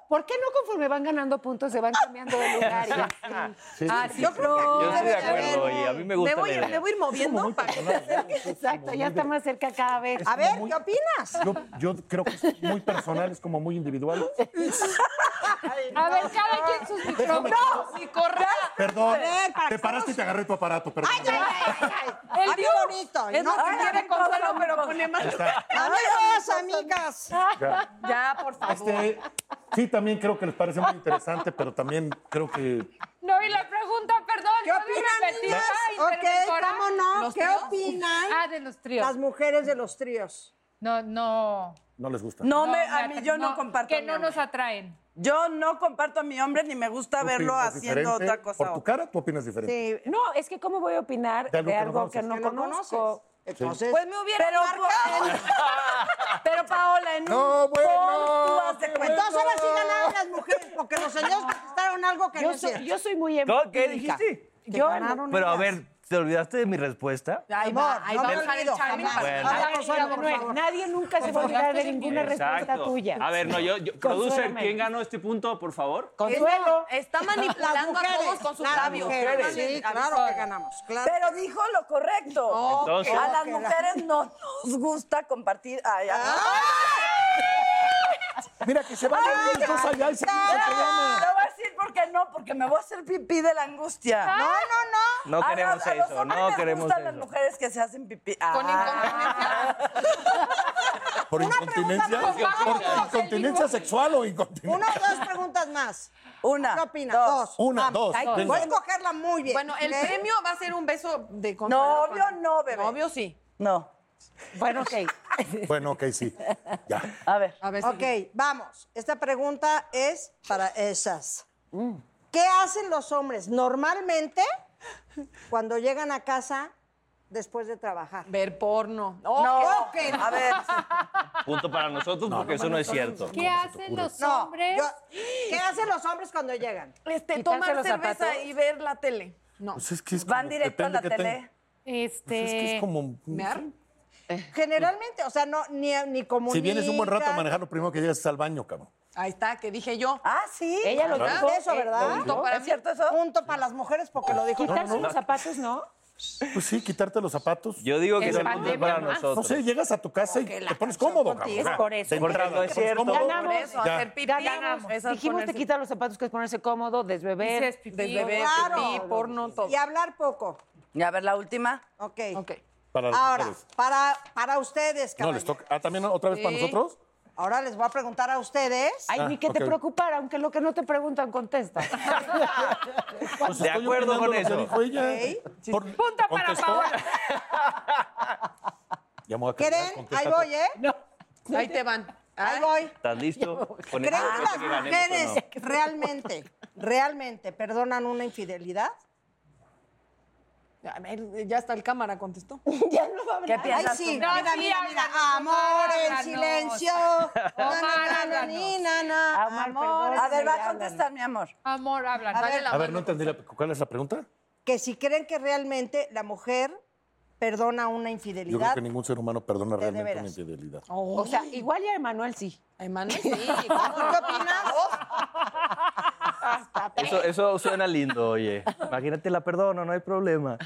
[SPEAKER 10] ¿Por qué no conforme van ganando puntos se van cambiando de lugar? y así?
[SPEAKER 13] Ừ.
[SPEAKER 8] Sí,
[SPEAKER 10] Ah,
[SPEAKER 8] sí,
[SPEAKER 10] sí,
[SPEAKER 8] sí, sí. Yo estoy de
[SPEAKER 10] debe haber.
[SPEAKER 8] acuerdo, oye, a mí me gusta
[SPEAKER 10] Me voy,
[SPEAKER 8] la idea.
[SPEAKER 10] me voy a ir moviendo para Exacto, ya está más cerca cada vez.
[SPEAKER 4] A ver, ¿qué opinas?
[SPEAKER 1] Yo, yo creo que es muy personal, es como muy individual.
[SPEAKER 6] A ver, cada quien sus micrófonos y corra.
[SPEAKER 1] Perdón,
[SPEAKER 6] A ver, para
[SPEAKER 1] te
[SPEAKER 6] que
[SPEAKER 1] paraste y te agarré tu aparato, perdón.
[SPEAKER 6] El
[SPEAKER 4] Ah, qué
[SPEAKER 6] Diu
[SPEAKER 4] bonito.
[SPEAKER 6] Es
[SPEAKER 4] No,
[SPEAKER 6] lo que
[SPEAKER 4] ahora
[SPEAKER 6] quiere
[SPEAKER 4] me
[SPEAKER 6] consuelo,
[SPEAKER 4] toca.
[SPEAKER 6] pero pone más.
[SPEAKER 1] Ahí está.
[SPEAKER 4] Amigos, amigas.
[SPEAKER 1] Ya.
[SPEAKER 6] Ya, por favor.
[SPEAKER 1] Este, sí, también creo que les parece muy interesante, pero también creo que
[SPEAKER 6] No, y la pregunta, perdón.
[SPEAKER 4] ¿Qué opinan, niñas? Ok, cómo no. ¿Qué opinan?
[SPEAKER 6] Ah, de los tríos.
[SPEAKER 4] Las mujeres de los tríos.
[SPEAKER 6] No, no.
[SPEAKER 1] no les gusta.
[SPEAKER 9] No, me,
[SPEAKER 6] me
[SPEAKER 9] a mí
[SPEAKER 6] atra-
[SPEAKER 9] yo no, comparto.
[SPEAKER 6] Que
[SPEAKER 9] a mi
[SPEAKER 6] no
[SPEAKER 9] hombre.
[SPEAKER 6] nos atraen.
[SPEAKER 9] Yo no comparto a mi hombre ni me gusta
[SPEAKER 1] ¿Tú
[SPEAKER 9] verlo
[SPEAKER 1] opinas
[SPEAKER 9] haciendo
[SPEAKER 1] diferente?
[SPEAKER 9] otra cosa.
[SPEAKER 1] Por tu cara, tú opinas diferente.
[SPEAKER 10] Sí, no, es que ¿cómo voy a opinar
[SPEAKER 1] De
[SPEAKER 10] de
[SPEAKER 1] algo
[SPEAKER 10] algo,
[SPEAKER 1] que no
[SPEAKER 10] que
[SPEAKER 1] conoces.
[SPEAKER 10] no
[SPEAKER 1] Que no
[SPEAKER 10] conozco?
[SPEAKER 1] Entonces,
[SPEAKER 9] Pues me hubiera pero, pa- pero Paola, en un
[SPEAKER 1] No, bueno,
[SPEAKER 9] pon, tú haz de cuenta.
[SPEAKER 4] Entonces ahora sí ganaron las mujeres, porque los señores contestaron algo que no
[SPEAKER 10] Yo
[SPEAKER 4] es
[SPEAKER 10] soy,
[SPEAKER 4] cierto.
[SPEAKER 10] yo soy muy
[SPEAKER 8] ¿Todo
[SPEAKER 10] empática.
[SPEAKER 8] qué dijiste?
[SPEAKER 4] Que
[SPEAKER 10] Yo
[SPEAKER 4] ganaron
[SPEAKER 8] Pero a
[SPEAKER 4] ellas.
[SPEAKER 8] ver, ¿te olvidaste de mi respuesta?
[SPEAKER 10] Ahí
[SPEAKER 4] Amor,
[SPEAKER 10] va, ahí
[SPEAKER 4] no
[SPEAKER 10] va.
[SPEAKER 4] me
[SPEAKER 10] Vamos a
[SPEAKER 4] olvido,
[SPEAKER 10] ver,
[SPEAKER 8] Bueno.
[SPEAKER 4] jamás.
[SPEAKER 10] A ver,
[SPEAKER 4] Vamos, Olga, por
[SPEAKER 10] Manuel,
[SPEAKER 4] favor.
[SPEAKER 10] nadie nunca se va a olvidar de ninguna respuesta tuya.
[SPEAKER 8] A ver, no, yo, yo producer,
[SPEAKER 10] Consuélame.
[SPEAKER 8] ¿quién ganó este punto, por favor?
[SPEAKER 10] Consuelo.
[SPEAKER 5] Está manipulando a todos con sus
[SPEAKER 4] las
[SPEAKER 5] labios.
[SPEAKER 4] mujeres,
[SPEAKER 5] Perdóname,
[SPEAKER 4] sí, claro
[SPEAKER 5] avisó.
[SPEAKER 4] que ganamos. Claro.
[SPEAKER 9] Pero dijo lo correcto.
[SPEAKER 8] Entonces-
[SPEAKER 9] a las mujeres no nos gusta compartir. Ay, ay,
[SPEAKER 1] Mira que se van a ir dos allá y se
[SPEAKER 9] ay.
[SPEAKER 1] el programa.
[SPEAKER 9] Te voy a decir por qué no, porque me voy a hacer pipí de la angustia.
[SPEAKER 4] No, no,
[SPEAKER 8] No
[SPEAKER 9] A
[SPEAKER 8] queremos
[SPEAKER 9] los- a los
[SPEAKER 8] eso,
[SPEAKER 9] hombres
[SPEAKER 8] no
[SPEAKER 9] les
[SPEAKER 8] queremos
[SPEAKER 9] gustan las
[SPEAKER 8] eso.
[SPEAKER 9] mujeres que se hacen pipí.
[SPEAKER 5] Con incontinencia.
[SPEAKER 1] ¿Por incontinencia?
[SPEAKER 6] más,
[SPEAKER 1] ¿Por
[SPEAKER 6] vamos,
[SPEAKER 1] incontinencia
[SPEAKER 6] el
[SPEAKER 1] sexual o
[SPEAKER 4] no. Una
[SPEAKER 1] incontinencia?
[SPEAKER 4] o dos preguntas más.
[SPEAKER 9] Una,
[SPEAKER 4] ¿Qué opinas? Dos.
[SPEAKER 1] Una,
[SPEAKER 4] Vamos.
[SPEAKER 1] dos,
[SPEAKER 4] Ay,
[SPEAKER 1] venga.
[SPEAKER 4] Voy a escogerla muy bien.
[SPEAKER 5] Bueno, el
[SPEAKER 4] ¿Eh?
[SPEAKER 5] premio va a ser un beso de
[SPEAKER 9] No,
[SPEAKER 5] Consuelo
[SPEAKER 9] obvio
[SPEAKER 5] con-
[SPEAKER 9] no, bebé.
[SPEAKER 5] Obvio sí.
[SPEAKER 9] No.
[SPEAKER 10] Bueno, ok.
[SPEAKER 1] Bueno, ok, sí. Ya.
[SPEAKER 9] A ver.
[SPEAKER 5] A ver si.
[SPEAKER 4] Ok, vamos. Esta pregunta es para esas.
[SPEAKER 10] Mm.
[SPEAKER 4] ¿Qué hacen los hombres normalmente cuando llegan a casa después de trabajar?
[SPEAKER 5] Ver porno.
[SPEAKER 9] No.
[SPEAKER 4] Oh, que no.
[SPEAKER 9] A ver.
[SPEAKER 8] Punto para nosotros, porque eso no es cierto.
[SPEAKER 6] ¿Qué hacen los
[SPEAKER 4] No,
[SPEAKER 6] hombres?
[SPEAKER 4] yo- ¿qué hacen los hombres cuando llegan?
[SPEAKER 5] Este,
[SPEAKER 10] Quitarse
[SPEAKER 5] tomar
[SPEAKER 10] los
[SPEAKER 5] cerveza
[SPEAKER 10] zapatos.
[SPEAKER 5] y ver la tele. No.
[SPEAKER 1] Pues es que es
[SPEAKER 9] Van
[SPEAKER 1] como-
[SPEAKER 9] directo a
[SPEAKER 1] depende
[SPEAKER 9] la
[SPEAKER 1] que
[SPEAKER 9] tele.
[SPEAKER 1] tenga-
[SPEAKER 6] Este.
[SPEAKER 1] pues es que es como...
[SPEAKER 5] ¿Mear?
[SPEAKER 4] Generalmente, o sea, no, ni, ni comunican.
[SPEAKER 1] Si vienes un buen rato a manejar, lo primero que llegas es al baño, cabrón.
[SPEAKER 5] Ahí está, que dije yo.
[SPEAKER 9] Ah, sí.
[SPEAKER 10] Ella lo
[SPEAKER 4] ¿Verdad?
[SPEAKER 10] dijo.
[SPEAKER 4] Eso,
[SPEAKER 10] eh,
[SPEAKER 4] ¿verdad?
[SPEAKER 10] lo
[SPEAKER 5] Punto
[SPEAKER 10] dijo.
[SPEAKER 5] para
[SPEAKER 9] ¿Es cierto eso?
[SPEAKER 4] Punto para las mujeres porque lo dijo.
[SPEAKER 10] Quitarse los zapatos, ¿no?
[SPEAKER 1] Pues sí, quitarte los zapatos.
[SPEAKER 8] Yo digo que
[SPEAKER 6] Es
[SPEAKER 8] es el
[SPEAKER 6] pan
[SPEAKER 8] punto
[SPEAKER 6] de
[SPEAKER 8] para
[SPEAKER 6] mamá.
[SPEAKER 8] nosotros.
[SPEAKER 1] No sé, llegas a tu casa y te pones cómodo, cabrón.
[SPEAKER 10] es
[SPEAKER 1] Ah,
[SPEAKER 10] por eso.
[SPEAKER 1] de
[SPEAKER 8] Porque
[SPEAKER 1] entrada,
[SPEAKER 8] no
[SPEAKER 1] te
[SPEAKER 8] es
[SPEAKER 1] pones
[SPEAKER 8] cierto.
[SPEAKER 1] cómodo.
[SPEAKER 5] Por eso,
[SPEAKER 1] Ya.
[SPEAKER 5] hacer pipí.
[SPEAKER 10] Ganamos.
[SPEAKER 5] eso es
[SPEAKER 10] Dijimos te
[SPEAKER 5] ponerse-
[SPEAKER 10] quitas los zapatos, que es ponerse cómodo, desbeber.
[SPEAKER 6] Dices pipí.
[SPEAKER 5] Desde bebé,
[SPEAKER 4] Claro.
[SPEAKER 5] pipí, porno, todo.
[SPEAKER 4] Y hablar poco.
[SPEAKER 9] Y a ver, la última.
[SPEAKER 4] Ok.
[SPEAKER 5] Ok.
[SPEAKER 1] Para las
[SPEAKER 4] Ahora,
[SPEAKER 1] mujeres.
[SPEAKER 4] para, para ustedes,
[SPEAKER 1] No, les
[SPEAKER 4] caballeros.
[SPEAKER 1] toca. Ah, también otra vez para
[SPEAKER 5] Sí.
[SPEAKER 1] nosotros.
[SPEAKER 4] Ahora les voy a preguntar a ustedes.
[SPEAKER 10] Ay,
[SPEAKER 1] Ah,
[SPEAKER 10] ni que te
[SPEAKER 1] ok.
[SPEAKER 10] preocupara, aunque lo que no te preguntan ¿eh? contesta.
[SPEAKER 1] Pues
[SPEAKER 8] De
[SPEAKER 1] estoy
[SPEAKER 8] acuerdo
[SPEAKER 1] opinando
[SPEAKER 8] con
[SPEAKER 1] lo que
[SPEAKER 8] eso.
[SPEAKER 1] dijo ella.
[SPEAKER 4] Ok.
[SPEAKER 1] Por-
[SPEAKER 6] Punto para
[SPEAKER 1] contestó.
[SPEAKER 6] Paola.
[SPEAKER 1] Ya me voy a callar,
[SPEAKER 4] ¿Quieren?
[SPEAKER 1] contesta
[SPEAKER 4] Ahí
[SPEAKER 1] tú.
[SPEAKER 4] voy, ¿eh?
[SPEAKER 5] Ahí te van.
[SPEAKER 4] Ahí
[SPEAKER 5] Ay,
[SPEAKER 4] voy.
[SPEAKER 8] ¿Estás listo? Con
[SPEAKER 4] ¿Creen
[SPEAKER 8] esto creo
[SPEAKER 4] que
[SPEAKER 8] que
[SPEAKER 4] las
[SPEAKER 8] pues, ganemos, ¿o
[SPEAKER 4] mujeres
[SPEAKER 8] no?
[SPEAKER 4] realmente, realmente perdonan una infidelidad?
[SPEAKER 5] a
[SPEAKER 10] eh,
[SPEAKER 5] ver, ya está el cámara, contestó.
[SPEAKER 10] ya no va a hablar.
[SPEAKER 9] ¿Qué
[SPEAKER 4] Ay,
[SPEAKER 9] piensas
[SPEAKER 4] sí,
[SPEAKER 9] tú?
[SPEAKER 6] No,
[SPEAKER 4] mira,
[SPEAKER 6] sí,
[SPEAKER 4] mira, mira.
[SPEAKER 6] háblanos,
[SPEAKER 4] Amor en
[SPEAKER 6] háblanos.
[SPEAKER 4] silencio.
[SPEAKER 6] Omar,
[SPEAKER 4] Na, na, na, ni, na, na.
[SPEAKER 10] Omar,
[SPEAKER 4] Amor.
[SPEAKER 10] perdón.
[SPEAKER 9] A ver, va
[SPEAKER 10] Háblale.
[SPEAKER 9] a contestar, mi amor.
[SPEAKER 6] Amor, hablan.
[SPEAKER 4] A
[SPEAKER 6] dale
[SPEAKER 4] ver,
[SPEAKER 6] la
[SPEAKER 1] A ver,
[SPEAKER 6] mano.
[SPEAKER 1] no entendí. la- ¿Cuál es la pregunta?
[SPEAKER 4] Que si creen que realmente la mujer perdona una
[SPEAKER 1] Yo creo
[SPEAKER 4] infidelidad.
[SPEAKER 1] que ningún ser humano perdona
[SPEAKER 4] de
[SPEAKER 1] realmente una
[SPEAKER 4] veras.
[SPEAKER 1] infidelidad.
[SPEAKER 10] O sea, igual ya Emanuel sí.
[SPEAKER 5] Ay, mano, sí.
[SPEAKER 4] ¿Qué opinas?
[SPEAKER 8] Eso, eso suena lindo, oye. Imagínate, la perdono, no hay problema.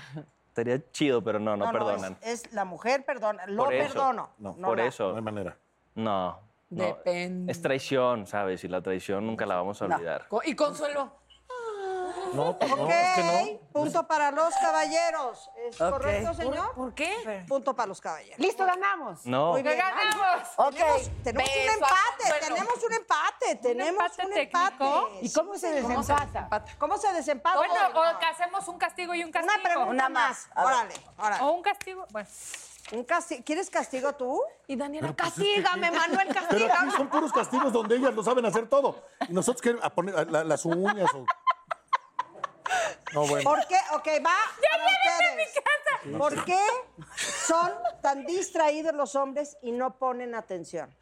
[SPEAKER 8] Estaría chido, pero no, no,
[SPEAKER 4] No, no,
[SPEAKER 8] perdonan.
[SPEAKER 4] es, es la mujer perdona. Lo
[SPEAKER 8] Por eso.
[SPEAKER 4] perdono.
[SPEAKER 1] No,
[SPEAKER 8] Por
[SPEAKER 4] la-
[SPEAKER 8] eso.
[SPEAKER 1] No hay manera.
[SPEAKER 8] No. no.
[SPEAKER 5] Depende.
[SPEAKER 8] Es traición, ¿sabes? Y la traición nunca la vamos a olvidar.
[SPEAKER 5] Co- Y Consuelo.
[SPEAKER 1] No, pues
[SPEAKER 4] Ok,
[SPEAKER 1] no, es que no.
[SPEAKER 4] punto para los caballeros. ¿Es
[SPEAKER 1] Ok.
[SPEAKER 4] correcto,
[SPEAKER 1] ¿Por-
[SPEAKER 4] señor? ¿Por qué? Punto para los caballeros.
[SPEAKER 10] ¿Listo, ganamos?
[SPEAKER 1] No.
[SPEAKER 4] Muy bien.
[SPEAKER 6] ¡Ganamos!
[SPEAKER 4] Ok. Tenemos,
[SPEAKER 6] Tenemos
[SPEAKER 4] tenemos
[SPEAKER 6] beso,
[SPEAKER 4] un empate,
[SPEAKER 6] bueno.
[SPEAKER 4] tenemos un empate, tenemos un empate. ¿Y cómo se desempata? ¿Cómo se desempata?
[SPEAKER 6] Bueno, o
[SPEAKER 4] Oiga.
[SPEAKER 6] que hacemos un castigo y un castigo. Una
[SPEAKER 4] pregunta Una más. más. A ver. Órale, órale.
[SPEAKER 6] O un castigo. Bueno.
[SPEAKER 4] Un casti- ¿Quieres castigo tú?
[SPEAKER 6] Y Daniela,
[SPEAKER 8] pues,
[SPEAKER 1] Pues Castígame,
[SPEAKER 6] Manuel,
[SPEAKER 1] Pero aquí son puros castigos donde ellas lo saben hacer todo. Y nosotros que a poner a la- las uñas o. No, Oh, bueno.
[SPEAKER 4] ¿Por qué? Ok, va. para ustedes. ¿Por qué son tan distraídos los hombres y no ponen atención?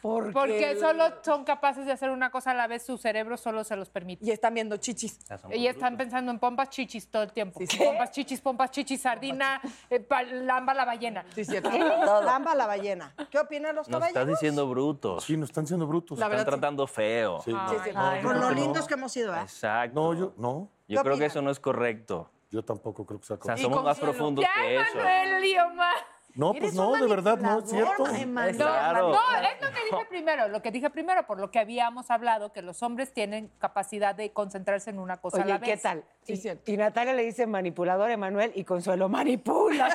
[SPEAKER 5] Porque,
[SPEAKER 6] Porque solo son capaces de hacer una cosa a la vez, su cerebro solo se los permite. Y
[SPEAKER 5] están viendo chichis.
[SPEAKER 6] Y están pensando en pompas chichis todo el tiempo. Pompas chichis, pompas chichis, sardina, eh, pa- lamba la ballena. Sí,
[SPEAKER 5] cierto.
[SPEAKER 4] Lamba la ballena. ¿Qué opinan los
[SPEAKER 8] Nos estás
[SPEAKER 4] caballeros?
[SPEAKER 8] diciendo brutos.
[SPEAKER 1] Sí, nos están siendo brutos.
[SPEAKER 8] Nos
[SPEAKER 1] La
[SPEAKER 8] están
[SPEAKER 1] verdad, sí.
[SPEAKER 8] tratando feo.
[SPEAKER 1] Sí, no.
[SPEAKER 4] Sí, sí, Ay,
[SPEAKER 8] yo
[SPEAKER 4] Con
[SPEAKER 8] creo
[SPEAKER 4] lo
[SPEAKER 8] que no.
[SPEAKER 4] lindos que hemos sido, ¿eh?
[SPEAKER 8] Exacto. No, yo
[SPEAKER 1] no.
[SPEAKER 8] Yo creo que eso no es correcto.
[SPEAKER 1] Yo tampoco creo que sea
[SPEAKER 8] correcto. O sea,
[SPEAKER 6] Y
[SPEAKER 8] somos más
[SPEAKER 6] Consuelo.
[SPEAKER 8] profundos
[SPEAKER 6] Ya,
[SPEAKER 8] que eso.
[SPEAKER 6] Manuel y Omar.
[SPEAKER 1] No, pues no, de verdad, no es cierto. eh.
[SPEAKER 6] No,
[SPEAKER 8] Claro.
[SPEAKER 6] no, es lo que dije primero, lo que dije primero, por lo que habíamos hablado, que los hombres tienen capacidad de concentrarse en una cosa a
[SPEAKER 10] Oye,
[SPEAKER 6] la
[SPEAKER 10] ¿y ¿qué
[SPEAKER 6] vez.
[SPEAKER 10] tal? Y- y, Natalia le dice manipulador a Emanuel y Consuelo manipula.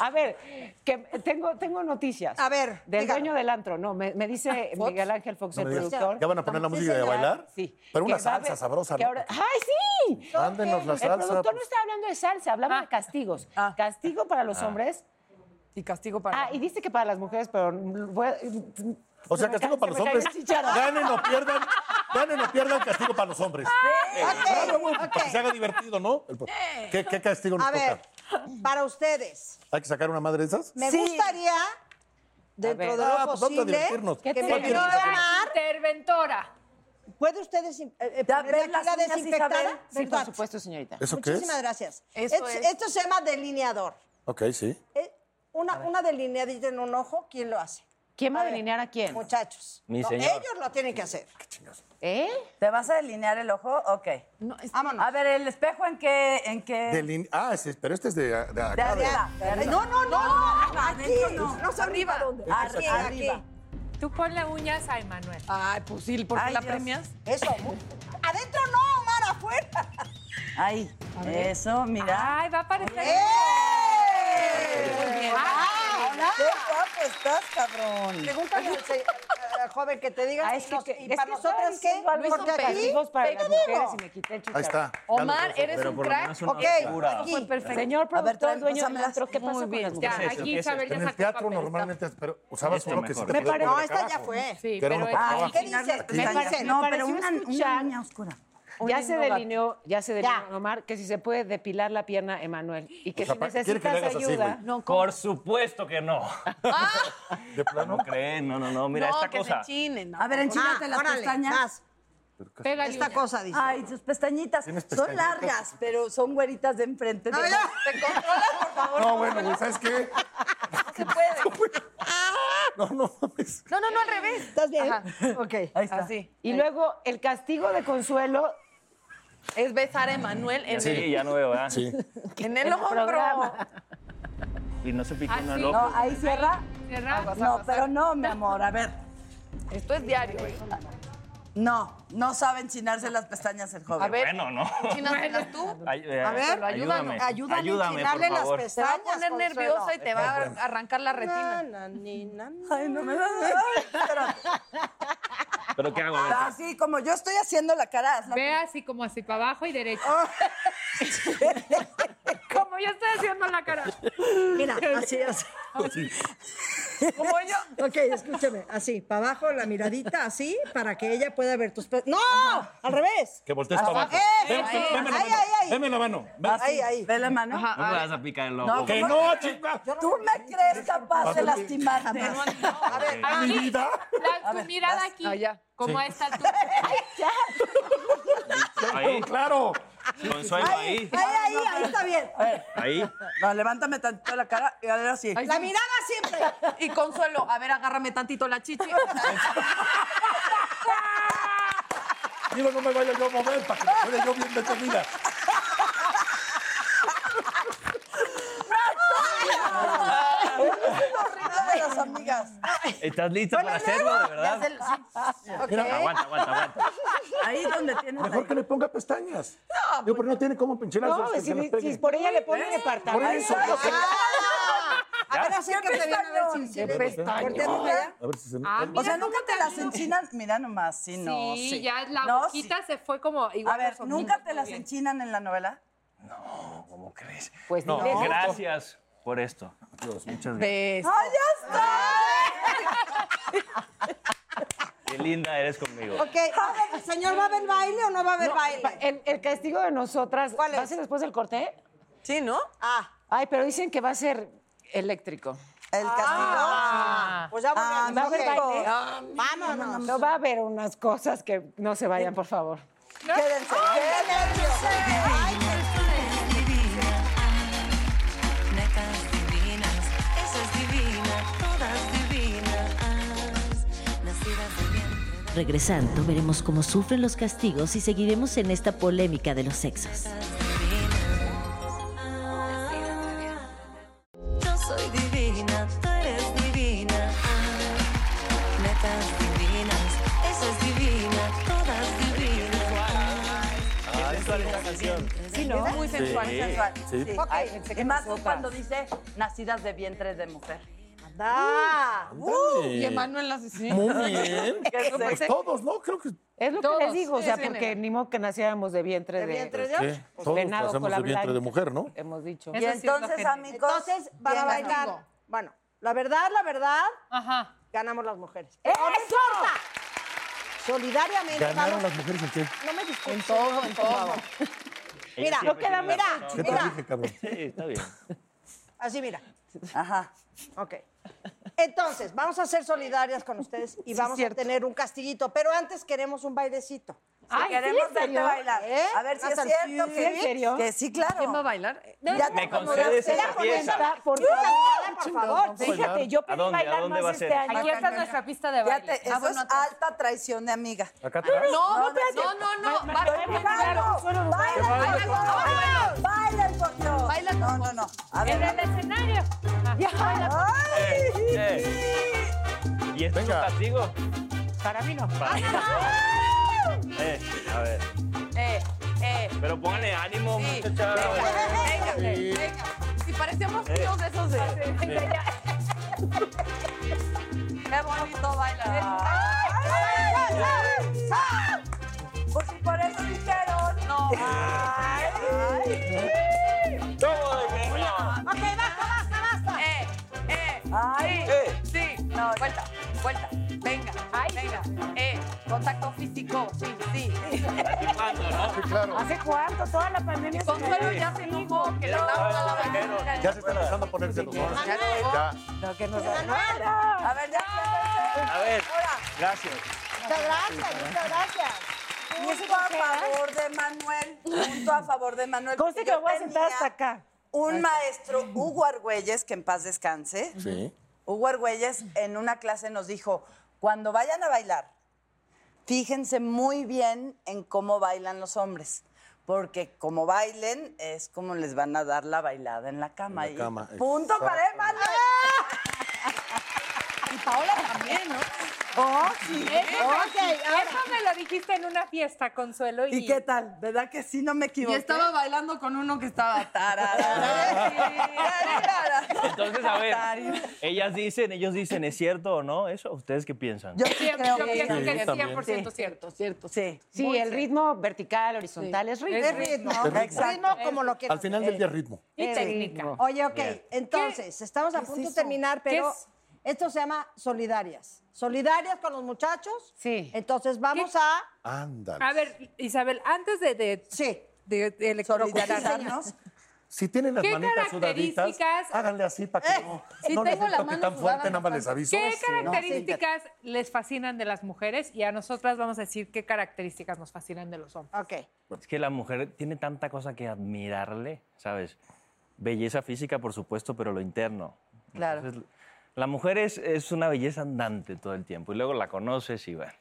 [SPEAKER 10] a ver, que tengo, tengo noticias.
[SPEAKER 4] A ver,
[SPEAKER 10] Del
[SPEAKER 4] dígalo.
[SPEAKER 10] dueño del antro, no, me, me dice Miguel Ángel Fox,
[SPEAKER 1] No
[SPEAKER 10] el
[SPEAKER 1] me digas.
[SPEAKER 10] productor.
[SPEAKER 1] ¿Ya van a poner la
[SPEAKER 10] Sí,
[SPEAKER 1] música de
[SPEAKER 10] señor.
[SPEAKER 1] bailar?
[SPEAKER 10] Sí.
[SPEAKER 1] Pero una
[SPEAKER 10] Que va a
[SPEAKER 1] salsa
[SPEAKER 10] haber-
[SPEAKER 1] sabrosa,
[SPEAKER 10] que
[SPEAKER 1] ¿no?
[SPEAKER 10] ahora- ¡Ay, sí!
[SPEAKER 1] Mándenos la
[SPEAKER 10] El
[SPEAKER 1] salsa,
[SPEAKER 10] productor no
[SPEAKER 1] pues.
[SPEAKER 10] está hablando de salsa, hablaba de castigos. Castigo para los
[SPEAKER 1] Ah.
[SPEAKER 10] hombres.
[SPEAKER 5] Y castigo para...
[SPEAKER 10] Ah, y dice que para las mujeres, pero... mm, voy a-
[SPEAKER 1] O sea,
[SPEAKER 10] se me
[SPEAKER 1] castigo
[SPEAKER 10] ca-
[SPEAKER 1] para los
[SPEAKER 10] se me cayó
[SPEAKER 1] hombres.
[SPEAKER 10] el chicharro.
[SPEAKER 1] Ganen o pierdan. Ganen o pierdan, castigo para los hombres. Claro, güey, Para que se haga divertido, ¿no? El- ¿Qué, qué castigo nos
[SPEAKER 4] A ver,
[SPEAKER 1] toca?
[SPEAKER 4] para ustedes,
[SPEAKER 1] ¿Hay que sacar una madre de esas?
[SPEAKER 4] me gustaría, dentro
[SPEAKER 1] ver.
[SPEAKER 4] de lo
[SPEAKER 1] Ah, pues vamos a
[SPEAKER 4] posible,
[SPEAKER 1] divertirnos.
[SPEAKER 4] que
[SPEAKER 1] ¿Qué
[SPEAKER 4] me
[SPEAKER 1] tal?
[SPEAKER 4] ayude Omar.
[SPEAKER 6] Interventora.
[SPEAKER 4] ¿Puede ustedes eh, eh,
[SPEAKER 9] Ya,
[SPEAKER 4] ponerle
[SPEAKER 9] ver
[SPEAKER 4] aquí
[SPEAKER 9] las
[SPEAKER 4] la
[SPEAKER 9] uñas,
[SPEAKER 4] desinfectada?
[SPEAKER 9] Isabel.
[SPEAKER 10] Sí, por
[SPEAKER 4] ¿Verdad?
[SPEAKER 10] supuesto, señorita.
[SPEAKER 1] ¿Eso qué
[SPEAKER 4] Muchísimas
[SPEAKER 1] es?
[SPEAKER 4] gracias.
[SPEAKER 10] Eso
[SPEAKER 4] Esto-
[SPEAKER 10] es.
[SPEAKER 4] esto se llama delineador.
[SPEAKER 1] Ok, sí.
[SPEAKER 4] Una, una delineadita en un ojo, ¿quién lo hace?
[SPEAKER 10] ¿Quién va a delinear a quién?
[SPEAKER 4] Muchachos.
[SPEAKER 8] Mi
[SPEAKER 4] No,
[SPEAKER 8] señor.
[SPEAKER 4] Ellos lo tienen que hacer.
[SPEAKER 10] ¿Eh?
[SPEAKER 9] ¿Te vas a delinear el ojo? Ok.
[SPEAKER 4] Vámonos.
[SPEAKER 9] A ver, ¿el espejo en qué? En qué?
[SPEAKER 1] De lin- Ah, ese- pero este es de, de acá.
[SPEAKER 9] Eh. De arriba.
[SPEAKER 1] de-
[SPEAKER 9] De
[SPEAKER 4] No,
[SPEAKER 9] arriba.
[SPEAKER 4] no, no, no, no, aquí.
[SPEAKER 9] adentro
[SPEAKER 4] No,
[SPEAKER 9] no.
[SPEAKER 4] se arriba. Aquí,
[SPEAKER 9] Arriba.
[SPEAKER 4] aquí.
[SPEAKER 6] Tú ponle uñas a Emanuel.
[SPEAKER 5] Ay, pues sí, ¿por
[SPEAKER 6] qué
[SPEAKER 9] Ay,
[SPEAKER 6] la
[SPEAKER 9] Dios.
[SPEAKER 6] premias?
[SPEAKER 4] Eso. Adentro no, Omar, afuera.
[SPEAKER 9] Ahí. Eso,
[SPEAKER 4] Ah.
[SPEAKER 9] mira.
[SPEAKER 6] Ay, va a aparecer.
[SPEAKER 4] Ah, Hola.
[SPEAKER 9] ¡Qué guapo estás, cabrón!
[SPEAKER 4] Pregúntale al, se- eh, al joven que te diga.
[SPEAKER 10] Ah,
[SPEAKER 4] y
[SPEAKER 10] es que
[SPEAKER 4] nos-
[SPEAKER 10] te-
[SPEAKER 4] y
[SPEAKER 10] es que
[SPEAKER 4] para
[SPEAKER 10] estaba
[SPEAKER 4] nosotras, ¿qué?
[SPEAKER 10] diciendo algo
[SPEAKER 4] Porque
[SPEAKER 10] sobre
[SPEAKER 4] aquí-
[SPEAKER 10] castigos para
[SPEAKER 4] ¿qué
[SPEAKER 10] las
[SPEAKER 4] te
[SPEAKER 10] mujeres
[SPEAKER 4] digo?
[SPEAKER 10] y me quité el
[SPEAKER 1] Ahí está. Ya
[SPEAKER 10] chicharro.
[SPEAKER 1] lo puedo hacer, pero por lo menos una
[SPEAKER 4] Ok,
[SPEAKER 1] figura.
[SPEAKER 4] aquí.
[SPEAKER 9] Pues,
[SPEAKER 10] Señor
[SPEAKER 9] A ver,
[SPEAKER 10] productor,
[SPEAKER 9] trae-
[SPEAKER 10] dueño del
[SPEAKER 9] pásamelas.
[SPEAKER 10] antro, ¿qué pasa con las mujeres?
[SPEAKER 1] En el teatro normalmente, pero usabas
[SPEAKER 8] Este
[SPEAKER 1] uno que
[SPEAKER 8] mejor.
[SPEAKER 1] sí te
[SPEAKER 8] Me
[SPEAKER 1] podías
[SPEAKER 8] pare-
[SPEAKER 1] poner
[SPEAKER 4] No, esta
[SPEAKER 1] acá
[SPEAKER 4] ya
[SPEAKER 1] abajo.
[SPEAKER 4] fue.
[SPEAKER 6] Sí,
[SPEAKER 1] Que era uno
[SPEAKER 6] pero
[SPEAKER 1] para
[SPEAKER 6] es-
[SPEAKER 1] abajo.
[SPEAKER 4] ¿Qué dices?
[SPEAKER 1] Me
[SPEAKER 10] parece-
[SPEAKER 9] no,
[SPEAKER 10] me
[SPEAKER 9] pero
[SPEAKER 10] pareció
[SPEAKER 9] una, una
[SPEAKER 10] escuchar-
[SPEAKER 9] uña oscura.
[SPEAKER 10] Ya se
[SPEAKER 5] gato.
[SPEAKER 10] delineó, ya se
[SPEAKER 5] Ya.
[SPEAKER 10] delineó, Omar, que si se puede depilar la pierna, Emanuel, y que
[SPEAKER 8] O sea,
[SPEAKER 10] si
[SPEAKER 8] ¿para qué Pues quiere que le
[SPEAKER 10] necesitas
[SPEAKER 8] hagas así,
[SPEAKER 10] ayuda...
[SPEAKER 8] güey?
[SPEAKER 5] No,
[SPEAKER 8] Por supuesto que no.
[SPEAKER 1] ¿De plano?
[SPEAKER 8] No creen, no, no, no. Mira
[SPEAKER 5] no,
[SPEAKER 8] esta
[SPEAKER 5] que
[SPEAKER 8] cosa.
[SPEAKER 5] se chinen.
[SPEAKER 9] A ver, enchínate las
[SPEAKER 4] órale,
[SPEAKER 9] pestañas.
[SPEAKER 4] vas.
[SPEAKER 6] Pégale
[SPEAKER 4] Esta
[SPEAKER 6] uña.
[SPEAKER 4] cosa dice.
[SPEAKER 9] Ay, sus pestañitas
[SPEAKER 1] Tienes
[SPEAKER 9] son
[SPEAKER 1] pestañitas.
[SPEAKER 9] largas, pero son güeritas de enfrente.
[SPEAKER 4] No,
[SPEAKER 9] De-
[SPEAKER 4] ya.
[SPEAKER 1] No, bueno,
[SPEAKER 9] Ah,
[SPEAKER 1] güey, ¿sabes qué?
[SPEAKER 9] se puede.
[SPEAKER 1] No, no mames.
[SPEAKER 5] No, no, no, al revés.
[SPEAKER 4] ¿Estás bien? Ok.
[SPEAKER 9] Ahí está.
[SPEAKER 5] Así.
[SPEAKER 10] Y luego, el castigo de Consuelo
[SPEAKER 5] Es besar a Emanuel en,
[SPEAKER 8] Sí, ya no veo, ¿verdad?
[SPEAKER 1] Sí.
[SPEAKER 5] el, en
[SPEAKER 10] en
[SPEAKER 5] el
[SPEAKER 10] el
[SPEAKER 5] hombro.
[SPEAKER 10] programa.
[SPEAKER 8] Y no se pica
[SPEAKER 6] Así.
[SPEAKER 8] una
[SPEAKER 9] Ah, No,
[SPEAKER 8] loca.
[SPEAKER 9] ahí cierra.
[SPEAKER 6] Cerrado.
[SPEAKER 9] No, pero no, mi amor, a ver.
[SPEAKER 5] Esto es diario. ¿eh?
[SPEAKER 9] No, no saben chinarse las pestañas el joven.
[SPEAKER 5] A ver,
[SPEAKER 8] Bueno, no.
[SPEAKER 5] chínatelas tú.
[SPEAKER 8] Ay, eh,
[SPEAKER 4] A ver,
[SPEAKER 8] ayúdame.
[SPEAKER 4] ayúdame,
[SPEAKER 8] ayúdame,
[SPEAKER 4] a
[SPEAKER 8] por
[SPEAKER 4] chinarle las
[SPEAKER 8] favor. Ah,
[SPEAKER 5] Te va a
[SPEAKER 4] pestañas.
[SPEAKER 5] poner
[SPEAKER 4] Consuelo.
[SPEAKER 5] nerviosa y te va a arrancar la retina.
[SPEAKER 4] Na, na, ni, na, na.
[SPEAKER 9] Ay, no me das. Ay, espérate.
[SPEAKER 8] ¿Pero qué hago?
[SPEAKER 9] Así Ah, como yo estoy haciendo la cara. hazla
[SPEAKER 6] Ve así como así para abajo y derecho. como yo estoy haciendo la cara.
[SPEAKER 4] Mira, así, así.
[SPEAKER 5] Como yo.
[SPEAKER 4] Ok, escúchame. Así, para abajo, la miradita, así, para que ella pueda ver tus pe- ¡No! ¡Al revés!
[SPEAKER 1] Que voltees para abajo.
[SPEAKER 4] ¡Eh!
[SPEAKER 1] Ven,
[SPEAKER 4] ahí,
[SPEAKER 1] ven, Deme la
[SPEAKER 4] ahí,
[SPEAKER 1] mano.
[SPEAKER 4] ahí, ahí.
[SPEAKER 1] Deme la mano. Ven.
[SPEAKER 9] Así.
[SPEAKER 4] Ahí, ahí.
[SPEAKER 9] ¿Ve la mano?
[SPEAKER 4] Ah,
[SPEAKER 8] No me vas a picar el
[SPEAKER 9] No,
[SPEAKER 8] ojo.
[SPEAKER 1] Que no, chica.
[SPEAKER 9] ¿Tú me crees capaz de lastimarte?
[SPEAKER 5] A ver,
[SPEAKER 1] A mi vida.
[SPEAKER 6] La, tu
[SPEAKER 9] ver,
[SPEAKER 6] mirada
[SPEAKER 9] vas.
[SPEAKER 6] aquí.
[SPEAKER 5] Allá.
[SPEAKER 6] Como
[SPEAKER 1] Sí.
[SPEAKER 6] a esta altura.
[SPEAKER 8] Ahí,
[SPEAKER 1] Claro.
[SPEAKER 8] Consuelo, ahí.
[SPEAKER 4] Ahí, ahí, ahí está bien.
[SPEAKER 8] Ahí.
[SPEAKER 9] No, levántame tantito la cara y a ver así.
[SPEAKER 4] La mirada siempre.
[SPEAKER 5] Y Consuelo, a ver, agárrame tantito la chichi.
[SPEAKER 1] Digo, no me vaya yo a mover para que me quede yo bien detenida.
[SPEAKER 9] Una de las amigas.
[SPEAKER 8] ¿Estás lista para hacerlo, de verdad? Mira, aguanta, aguanta, aguanta.
[SPEAKER 9] Ahí es donde tienes.
[SPEAKER 1] Mejor que le ponga pestañas. No, pero no tiene cómo pinchelas.
[SPEAKER 10] No, si le- si por ella le ponen departamento.
[SPEAKER 1] Por eso.
[SPEAKER 10] Ay,
[SPEAKER 1] no sé.
[SPEAKER 9] A ver,
[SPEAKER 4] Ya.
[SPEAKER 9] acércate bien a ver si
[SPEAKER 1] Qué pestaño. A ver si se
[SPEAKER 6] Ah,
[SPEAKER 9] O sea,
[SPEAKER 6] mira,
[SPEAKER 9] nunca te las enchinan. Mira nomás, sí, no.
[SPEAKER 6] sí, ya la
[SPEAKER 9] No,
[SPEAKER 6] boquita se fue como igual.
[SPEAKER 9] A ver,
[SPEAKER 6] los ojitos,
[SPEAKER 9] ¿nunca te
[SPEAKER 6] muy
[SPEAKER 9] las
[SPEAKER 6] bien.
[SPEAKER 9] enchinan en la novela?
[SPEAKER 8] ¿Cómo crees?
[SPEAKER 10] Pues
[SPEAKER 8] no,
[SPEAKER 9] diles.
[SPEAKER 8] gracias por esto. Muchas
[SPEAKER 9] Pues,
[SPEAKER 8] gracias.
[SPEAKER 9] ¡Ay, ya
[SPEAKER 8] Qué linda eres conmigo.
[SPEAKER 4] Ok, a ver, señor, ¿va a haber baile o no va a haber baile?
[SPEAKER 10] El, el castigo de nosotras. ¿Va a ser después del corte?
[SPEAKER 9] Sí, ¿no?
[SPEAKER 4] Ah.
[SPEAKER 10] Ay, pero dicen que va a ser eléctrico.
[SPEAKER 9] ¿El castigo?
[SPEAKER 4] Ah. Pues ya voy a-
[SPEAKER 10] ¿Va a haber
[SPEAKER 4] ok.
[SPEAKER 10] baile?
[SPEAKER 4] Ah, vámonos.
[SPEAKER 10] No va a haber unas cosas que no se vayan, por favor.
[SPEAKER 9] Quédense.
[SPEAKER 11] Netas divinas, eso es divina, todas divinas, nacidas de bien.
[SPEAKER 7] Regresando, veremos cómo sufren los castigos y seguiremos en esta polémica de los sexos.
[SPEAKER 11] Yo soy divina, tú eres divina. Ah, netas divinas, eso es divina, todas divinas.
[SPEAKER 8] Ah, es la canción.
[SPEAKER 9] Sí, ¿no?
[SPEAKER 8] Muy sensual.
[SPEAKER 9] Muy
[SPEAKER 8] Sí.
[SPEAKER 9] sensual.
[SPEAKER 8] Sí.
[SPEAKER 9] Sí.
[SPEAKER 8] Ok.
[SPEAKER 9] Ay,
[SPEAKER 8] Pensé
[SPEAKER 9] y más cuando dice nacidas de vientre de mujer.
[SPEAKER 4] ¡Anda!
[SPEAKER 9] Uh,
[SPEAKER 8] y Emanuel
[SPEAKER 9] las
[SPEAKER 8] Muy bien.
[SPEAKER 9] ¿Qué
[SPEAKER 8] Pues
[SPEAKER 9] sé?
[SPEAKER 8] todos, ¿no? Creo que.
[SPEAKER 10] Es lo
[SPEAKER 8] Todos,
[SPEAKER 10] que les digo, o sea,
[SPEAKER 8] sí, sí,
[SPEAKER 10] porque
[SPEAKER 8] nena.
[SPEAKER 10] ni modo que naciéramos de vientre de...
[SPEAKER 4] vientre
[SPEAKER 1] de- ¿Qué?
[SPEAKER 10] Pues,
[SPEAKER 1] Todos
[SPEAKER 10] venado
[SPEAKER 1] nacemos
[SPEAKER 10] cola
[SPEAKER 1] de vientre de
[SPEAKER 10] blanca,
[SPEAKER 1] mujer, ¿no?
[SPEAKER 10] Hemos dicho.
[SPEAKER 4] Y entonces, amigos, entonces van a
[SPEAKER 10] bien
[SPEAKER 4] bailar.
[SPEAKER 10] ganado.
[SPEAKER 4] Bueno, la verdad, la verdad, ganamos las mujeres. ¡Eso! ¡No me importa! Solidariamente
[SPEAKER 1] ¿Ganaron
[SPEAKER 4] vamos.
[SPEAKER 1] las mujeres en qué?
[SPEAKER 4] No me disculpen. En todo, en todo. Mira,
[SPEAKER 1] Ella siempre
[SPEAKER 4] no
[SPEAKER 1] tiene la
[SPEAKER 4] queda-
[SPEAKER 1] razón.
[SPEAKER 4] mira,
[SPEAKER 1] ¿Qué te
[SPEAKER 4] mira.
[SPEAKER 1] dije, cabrón?
[SPEAKER 8] Sí, está bien.
[SPEAKER 4] Así, mira.
[SPEAKER 9] Ajá.
[SPEAKER 4] Ok. Entonces, vamos a ser solidarias con ustedes y vamos a tener un castiguito, pero antes queremos un bailecito.
[SPEAKER 9] Ay, ¿sí, queremos en serio? verte bailar.
[SPEAKER 4] ¿Eh?
[SPEAKER 9] A ver si es cierto que- ¿Sí, en serio? que sí, claro.
[SPEAKER 5] ¿Quién va a bailar?
[SPEAKER 10] Pues
[SPEAKER 9] Ya
[SPEAKER 8] Me concedes esa pieza.
[SPEAKER 10] Por
[SPEAKER 9] Yo-
[SPEAKER 10] favor, por
[SPEAKER 9] Chingado,
[SPEAKER 10] favor,
[SPEAKER 9] pues,
[SPEAKER 10] fíjate, yo
[SPEAKER 8] ¿A
[SPEAKER 10] pedí
[SPEAKER 8] dónde? ¿A
[SPEAKER 10] bailar
[SPEAKER 8] dónde
[SPEAKER 10] más
[SPEAKER 8] va a
[SPEAKER 10] este
[SPEAKER 8] ser?
[SPEAKER 10] año.
[SPEAKER 9] Aquí está nuestra
[SPEAKER 6] pista de
[SPEAKER 9] Ya te- eso es alta traición de amiga. Ah,
[SPEAKER 8] Acá
[SPEAKER 9] No,
[SPEAKER 8] atrás.
[SPEAKER 9] no,
[SPEAKER 5] No,
[SPEAKER 9] espérate.
[SPEAKER 5] no, no, no,
[SPEAKER 9] Ma-
[SPEAKER 5] va-
[SPEAKER 9] Manuel,
[SPEAKER 5] va-
[SPEAKER 9] baila,
[SPEAKER 5] va-
[SPEAKER 9] baila,
[SPEAKER 5] baila,
[SPEAKER 9] baila,
[SPEAKER 5] baila,
[SPEAKER 9] baila, baila el coño. No, no, no. A ver.
[SPEAKER 6] escenario.
[SPEAKER 9] Ay.
[SPEAKER 8] Eh,
[SPEAKER 11] este.
[SPEAKER 8] ¿Y esto es un castigo?
[SPEAKER 10] Para mí no.
[SPEAKER 8] Eh, a ver.
[SPEAKER 5] Eh, eh.
[SPEAKER 8] Pero póngale ánimo,
[SPEAKER 5] Sí.
[SPEAKER 8] muchacha.
[SPEAKER 5] Venga, venga,
[SPEAKER 8] Sí.
[SPEAKER 5] venga. Si parecemos tíos de esos de.
[SPEAKER 8] Venga,
[SPEAKER 5] Qué bonito baila.
[SPEAKER 9] Pues si por eso dijeron. No.
[SPEAKER 8] Todo de coño.
[SPEAKER 9] Ok, basta, basta, basta.
[SPEAKER 5] Eh, eh.
[SPEAKER 9] Ay.
[SPEAKER 5] Sí, sí. Vuelta, vuelta. Venga, venga. Eh, contacto físico. Sí, sí.
[SPEAKER 10] ¿Hace cuánto? Toda la pandemia. se
[SPEAKER 5] Consuelo
[SPEAKER 10] cayó.
[SPEAKER 5] ya se enojó que le daban a la vecina.
[SPEAKER 1] Ya se está empezando a ponerse enojón. Ya.
[SPEAKER 10] No, que nos
[SPEAKER 9] A ver, ya.
[SPEAKER 8] A ver, gracias.
[SPEAKER 4] Muchas gracias, muchas gracias.
[SPEAKER 9] Punto a favor de Manuel. Punto a favor de Manuel.
[SPEAKER 10] Conste que
[SPEAKER 9] Yo
[SPEAKER 10] me voy a sentar
[SPEAKER 9] tenía
[SPEAKER 10] hasta acá.
[SPEAKER 9] Un maestro, Hugo Argüelles, que en paz descanse.
[SPEAKER 1] Sí.
[SPEAKER 9] Hugo Argüelles en una clase nos dijo, cuando vayan a bailar, fíjense muy bien en cómo bailan los hombres. Porque como bailen, es como les van a dar la bailada en la cama.
[SPEAKER 1] En la
[SPEAKER 9] Y
[SPEAKER 1] cama,
[SPEAKER 9] punto para él, Manuel.
[SPEAKER 5] Y Paola también, ¿no?
[SPEAKER 9] Oh, sí.
[SPEAKER 6] Eso,
[SPEAKER 9] Oh,
[SPEAKER 6] me-
[SPEAKER 9] sí.
[SPEAKER 6] eso me lo dijiste en una fiesta, Consuelo. Y,
[SPEAKER 9] ¿Y qué tal? ¿Verdad que sí? No me
[SPEAKER 5] Y
[SPEAKER 9] equivoqué.
[SPEAKER 5] estaba bailando con uno que estaba.
[SPEAKER 8] Entonces, a ver, ellas dicen, ellos dicen, ¿es cierto o no eso? ¿Ustedes qué piensan?
[SPEAKER 9] Yo
[SPEAKER 6] Sí,
[SPEAKER 9] creo
[SPEAKER 6] yo pienso
[SPEAKER 8] Sí,
[SPEAKER 6] que es
[SPEAKER 8] también.
[SPEAKER 6] 100% cierto.
[SPEAKER 5] Cierto,
[SPEAKER 9] sí.
[SPEAKER 10] Sí, el ritmo vertical, horizontal es ritmo.
[SPEAKER 4] Es ritmo,
[SPEAKER 1] Es ritmo.
[SPEAKER 4] exacto. ritmo como lo
[SPEAKER 1] Al
[SPEAKER 4] quieras.
[SPEAKER 1] final del día, ritmo.
[SPEAKER 6] Y
[SPEAKER 10] Eh,
[SPEAKER 6] técnica.
[SPEAKER 4] Oye, ok,
[SPEAKER 1] Bien.
[SPEAKER 4] entonces, estamos a punto de terminar,
[SPEAKER 6] ¿Qué
[SPEAKER 4] pero
[SPEAKER 6] es?
[SPEAKER 4] esto se llama solidarias. Solidarias con los muchachos.
[SPEAKER 10] Sí.
[SPEAKER 4] Entonces vamos a...
[SPEAKER 1] Ándale.
[SPEAKER 6] A ver, Isabel, antes de, de,
[SPEAKER 4] Sí.
[SPEAKER 6] de, de electrocutarnos,
[SPEAKER 9] Solidarizarnos.
[SPEAKER 1] Si tienen las
[SPEAKER 6] ¿Qué
[SPEAKER 1] manitas sudaditas,
[SPEAKER 6] características- Eh,
[SPEAKER 1] háganle así para que no,
[SPEAKER 6] si
[SPEAKER 1] no les
[SPEAKER 6] tengo
[SPEAKER 1] den
[SPEAKER 6] la
[SPEAKER 1] toque
[SPEAKER 6] mano
[SPEAKER 1] tan
[SPEAKER 6] sudada,
[SPEAKER 1] fuerte, nada más les aviso.
[SPEAKER 6] ¿Qué
[SPEAKER 1] Sí, ¿no?
[SPEAKER 6] características les fascinan de las mujeres? Y a nosotras vamos a decir qué características nos fascinan de los hombres.
[SPEAKER 4] Ok.
[SPEAKER 8] Es que la mujer tiene tanta cosa que admirarle, ¿sabes? Belleza física, por supuesto, pero lo interno.
[SPEAKER 9] Claro.
[SPEAKER 8] Entonces, la mujer es, es una belleza andante todo el tiempo y luego la conoces y bueno.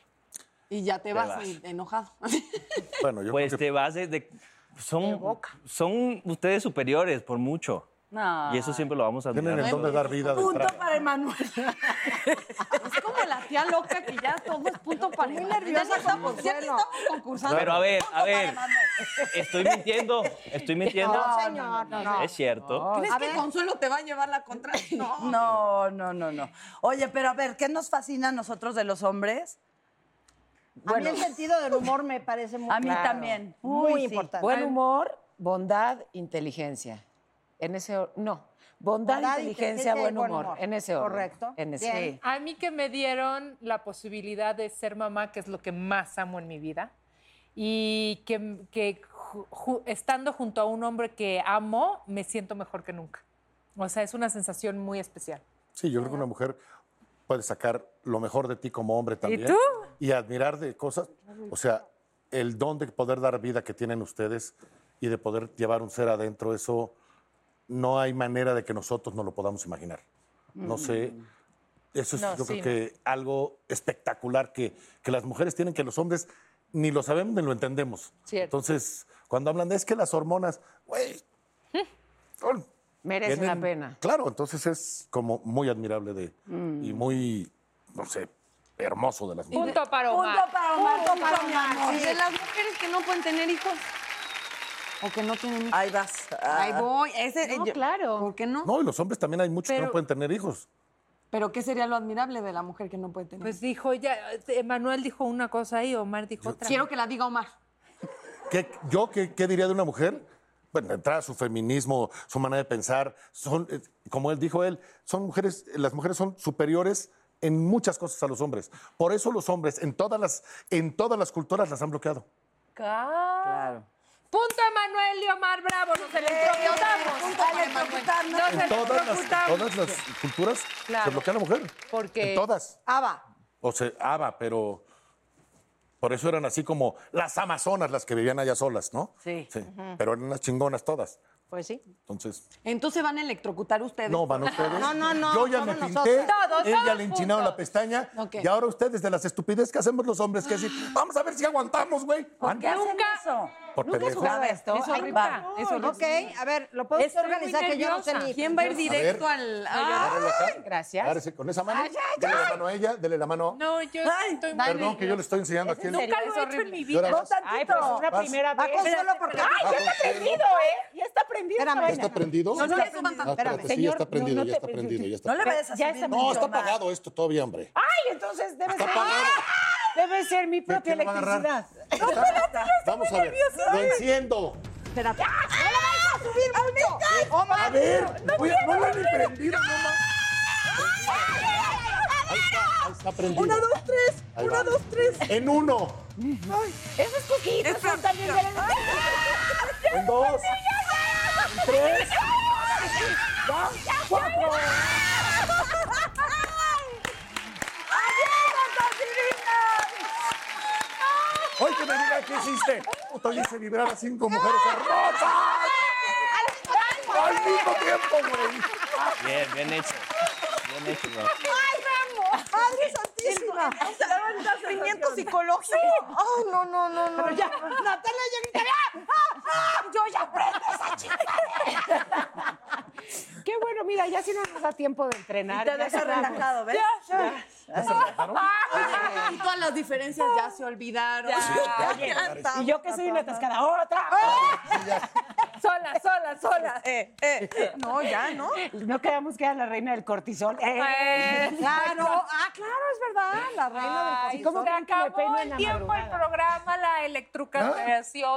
[SPEAKER 5] Y ya te
[SPEAKER 8] Te
[SPEAKER 5] vas,
[SPEAKER 8] vas.
[SPEAKER 5] y enojado.
[SPEAKER 1] Bueno, yo
[SPEAKER 8] pues
[SPEAKER 1] creo que
[SPEAKER 8] te vas de... de- son, son ustedes superiores por mucho.
[SPEAKER 9] No.
[SPEAKER 8] Y eso siempre lo vamos a
[SPEAKER 1] Tienen
[SPEAKER 8] admirar.
[SPEAKER 1] el don de dar vida
[SPEAKER 8] nosotros.
[SPEAKER 5] Ah. Punto para Emanuel. es como la tía loca que ya todo es punto para Emanuel.
[SPEAKER 4] nerviosa
[SPEAKER 5] Ya estamos,
[SPEAKER 4] con
[SPEAKER 5] ya
[SPEAKER 4] Consuelo.
[SPEAKER 5] estamos concursando.
[SPEAKER 8] Pero a ver, a ver. Estoy mintiendo, estoy mintiendo.
[SPEAKER 5] No, señor, no, no.
[SPEAKER 8] Es cierto.
[SPEAKER 9] ¿Crees que
[SPEAKER 5] Consuelo te va a llevar la contra? No.
[SPEAKER 9] No, no, no, no. Oye, pero a ver, ¿qué nos fascina a nosotros de los hombres?
[SPEAKER 4] a mí el sentido del humor me parece muy
[SPEAKER 9] A mí
[SPEAKER 4] Claro.
[SPEAKER 9] también.
[SPEAKER 4] Muy
[SPEAKER 9] Uy, sí.
[SPEAKER 4] importante.
[SPEAKER 10] Buen humor, bondad, inteligencia. En ese or- no, bondad,
[SPEAKER 6] Bondad,
[SPEAKER 10] inteligencia,
[SPEAKER 6] inteligencia y
[SPEAKER 10] buen
[SPEAKER 6] buen
[SPEAKER 10] humor.
[SPEAKER 6] humor.
[SPEAKER 10] En ese orden.
[SPEAKER 6] Correcto.
[SPEAKER 10] En ese.
[SPEAKER 6] Bien.
[SPEAKER 10] Sí.
[SPEAKER 6] A mí que me dieron la posibilidad de ser mamá, que es lo que más amo en mi vida, y que, que ju- ju- estando junto a un hombre que amo, me siento mejor que nunca. O sea, es una sensación muy especial.
[SPEAKER 1] Sí, yo creo que una mujer puede sacar lo mejor de ti como hombre también.
[SPEAKER 6] tú?
[SPEAKER 1] Y admirar de cosas. O sea, el don de poder dar vida que tienen ustedes y de poder llevar un ser adentro, eso no hay manera de que nosotros no lo podamos imaginar. No
[SPEAKER 5] Mm.
[SPEAKER 1] sé. Eso es,
[SPEAKER 14] No,
[SPEAKER 1] yo
[SPEAKER 14] sí,
[SPEAKER 1] creo que algo espectacular que, que las mujeres tienen, que los hombres ni lo sabemos ni lo entendemos.
[SPEAKER 10] Cierto.
[SPEAKER 1] Entonces, cuando hablan de es que las hormonas, güey, son-
[SPEAKER 10] Merece la
[SPEAKER 1] tienen-
[SPEAKER 10] pena.
[SPEAKER 1] Claro, entonces es como muy admirable de
[SPEAKER 10] Mm.
[SPEAKER 1] y muy, no sé, hermoso de las mujeres.
[SPEAKER 6] Punto para Omar.
[SPEAKER 5] Punto para Omar.
[SPEAKER 6] Punto para
[SPEAKER 5] mi
[SPEAKER 6] Omar,
[SPEAKER 5] amor.
[SPEAKER 6] sí.
[SPEAKER 5] Y de las mujeres que no pueden tener hijos.
[SPEAKER 9] O que no tienen hijos. Ahí vas. Ah.
[SPEAKER 5] Ahí voy. Ese,
[SPEAKER 9] No,
[SPEAKER 5] claro. ¿Por qué no?
[SPEAKER 1] No, y los hombres también hay muchos que
[SPEAKER 5] Pero-
[SPEAKER 1] no pueden tener hijos.
[SPEAKER 5] Pero ¿qué sería lo admirable de la mujer que no puede tener
[SPEAKER 6] Pues dijo ya, Emanuel dijo una cosa y Omar dijo otra.
[SPEAKER 5] Quiero que la diga Omar.
[SPEAKER 1] ¿Qué- ¿Yo qué, qué diría de una mujer? Bueno, entrada su feminismo, su manera de pensar, son, eh, como él dijo él, son mujeres, las mujeres son superiores en muchas cosas a los hombres. Por eso los hombres en todas las, en todas las culturas las han bloqueado.
[SPEAKER 6] Claro. Punto a Manuel y Omar Bravo, nos electrocutamos.
[SPEAKER 5] punto para Emanuel.
[SPEAKER 6] Nos
[SPEAKER 1] en todas las,
[SPEAKER 6] electrocutamos.
[SPEAKER 1] todas las culturas
[SPEAKER 6] Claro.
[SPEAKER 1] se bloquea a la mujer.
[SPEAKER 6] Porque
[SPEAKER 1] En todas.
[SPEAKER 4] Ava.
[SPEAKER 1] O sea, ama, pero por eso eran así como las amazonas las que vivían allá solas, ¿no?
[SPEAKER 9] Sí.
[SPEAKER 5] Ujú.
[SPEAKER 1] Pero eran unas chingonas todas.
[SPEAKER 4] Pues sí.
[SPEAKER 1] Entonces,
[SPEAKER 5] Entonces van a electrocutar ustedes.
[SPEAKER 1] no, van ustedes.
[SPEAKER 5] No, no, no.
[SPEAKER 1] Yo ya me
[SPEAKER 5] somos
[SPEAKER 1] pinté,
[SPEAKER 5] nosotras. Todos,
[SPEAKER 1] él ya
[SPEAKER 5] todos
[SPEAKER 1] le enchinaron la pestaña.
[SPEAKER 5] Ok.
[SPEAKER 1] Y ahora ustedes de las estupidez que hacemos los hombres, que decir, vamos a ver si aguantamos, güey. Van
[SPEAKER 4] Nunca.
[SPEAKER 1] por
[SPEAKER 4] Nunca has
[SPEAKER 1] pendejos.
[SPEAKER 4] jugado a esto.
[SPEAKER 1] Es
[SPEAKER 4] Ahí
[SPEAKER 1] horrible.
[SPEAKER 4] va.
[SPEAKER 1] Es horrible.
[SPEAKER 4] Ok, a ver, lo puedo
[SPEAKER 5] Estoy
[SPEAKER 4] organizar
[SPEAKER 5] muy
[SPEAKER 4] que yo no sé
[SPEAKER 5] nerviosa.
[SPEAKER 4] ni.
[SPEAKER 5] ¿Quién va a ir
[SPEAKER 1] A ver.
[SPEAKER 5] directo al-
[SPEAKER 1] No, yo-
[SPEAKER 5] Ay,
[SPEAKER 1] Agárrelo acá.
[SPEAKER 10] gracias.
[SPEAKER 1] Agárrese con esa mano.
[SPEAKER 10] Ay, ay,
[SPEAKER 1] Dele la
[SPEAKER 10] ay.
[SPEAKER 1] mano a ella, dele la mano.
[SPEAKER 6] No, yo estoy muy
[SPEAKER 1] Perdón, que yo le estoy enseñando aquí.
[SPEAKER 6] Nunca lo he hecho en mi
[SPEAKER 1] Y ahora
[SPEAKER 6] vida.
[SPEAKER 1] vas. Ay, pero es una Vas. primera
[SPEAKER 6] Va
[SPEAKER 1] vez.
[SPEAKER 6] Consuelo porque-
[SPEAKER 1] Espérate,
[SPEAKER 6] ¡Ay, ya está
[SPEAKER 1] espérate.
[SPEAKER 6] prendido, eh! Ya está prendido.
[SPEAKER 1] ¿Ya está prendido?
[SPEAKER 6] No, no le suban
[SPEAKER 1] Ah,
[SPEAKER 6] tanto.
[SPEAKER 1] espérate, sí, ya
[SPEAKER 6] Señor,
[SPEAKER 1] está
[SPEAKER 6] no,
[SPEAKER 1] prendido,
[SPEAKER 6] no
[SPEAKER 1] ya
[SPEAKER 6] te-
[SPEAKER 1] está prendido, ya está
[SPEAKER 6] No le
[SPEAKER 1] prendido.
[SPEAKER 6] vayas a Ya subir está mucho
[SPEAKER 1] No, está
[SPEAKER 6] más.
[SPEAKER 1] apagado esto todavía, hombre.
[SPEAKER 10] Ay, entonces debe ser. Debe ser mi propia
[SPEAKER 1] quién lo va a agarrar?
[SPEAKER 10] electricidad.
[SPEAKER 1] Vamos a ver.
[SPEAKER 10] nerviosa.
[SPEAKER 1] Lo enciendo.
[SPEAKER 4] Espérate. ¡No la vais a subir mucho! Omar.
[SPEAKER 1] A ver, voy a- no la he prendido, no más. Ahí está prendido.
[SPEAKER 11] Una, dos, tres.
[SPEAKER 1] Ahí
[SPEAKER 11] Una,
[SPEAKER 1] va.
[SPEAKER 11] dos, tres.
[SPEAKER 1] En uno,
[SPEAKER 11] Ay, esas coquitas son también de la
[SPEAKER 1] en dos, en tres.
[SPEAKER 11] ¡Ya! ¡Cuatro!
[SPEAKER 1] Hoy que me diga qué hiciste. Puta, hoy hice vibrar a cinco mujeres hermosas. Al mismo tiempo, güey.
[SPEAKER 8] Bien, bien hecho. Bien hecho, bro.
[SPEAKER 4] ¡Madre santísima!
[SPEAKER 5] Sufrimiento psicológico. Ay, no, no, no, no.
[SPEAKER 4] Pero ya, Natalia ya grita, ¡ah! ¡Ah! ¡Ah! Yo ya prendo esa chingadera.
[SPEAKER 10] Qué bueno, mira, ya si no nos da tiempo de entrenar.
[SPEAKER 5] Y te
[SPEAKER 10] ya
[SPEAKER 5] deja
[SPEAKER 10] estamos.
[SPEAKER 5] relajado, ¿ves?
[SPEAKER 10] Ya, ya.
[SPEAKER 5] Oye, y todas las diferencias ya se olvidaron.
[SPEAKER 10] Ya.
[SPEAKER 5] Ya estamos. Ah,
[SPEAKER 10] Y yo que soy una atascada, otra. Ah.
[SPEAKER 6] Sola, sola, sola.
[SPEAKER 10] Eh, No, ya, ¿no? No quedamos que era la reina del cortisol. Eh.
[SPEAKER 6] Eh,
[SPEAKER 4] Claro, ah, claro, es verdad, la reina
[SPEAKER 6] Ay,
[SPEAKER 4] del
[SPEAKER 6] ¿Cómo
[SPEAKER 4] cortisol.
[SPEAKER 6] se acabó el tiempo el programa, la electrocución?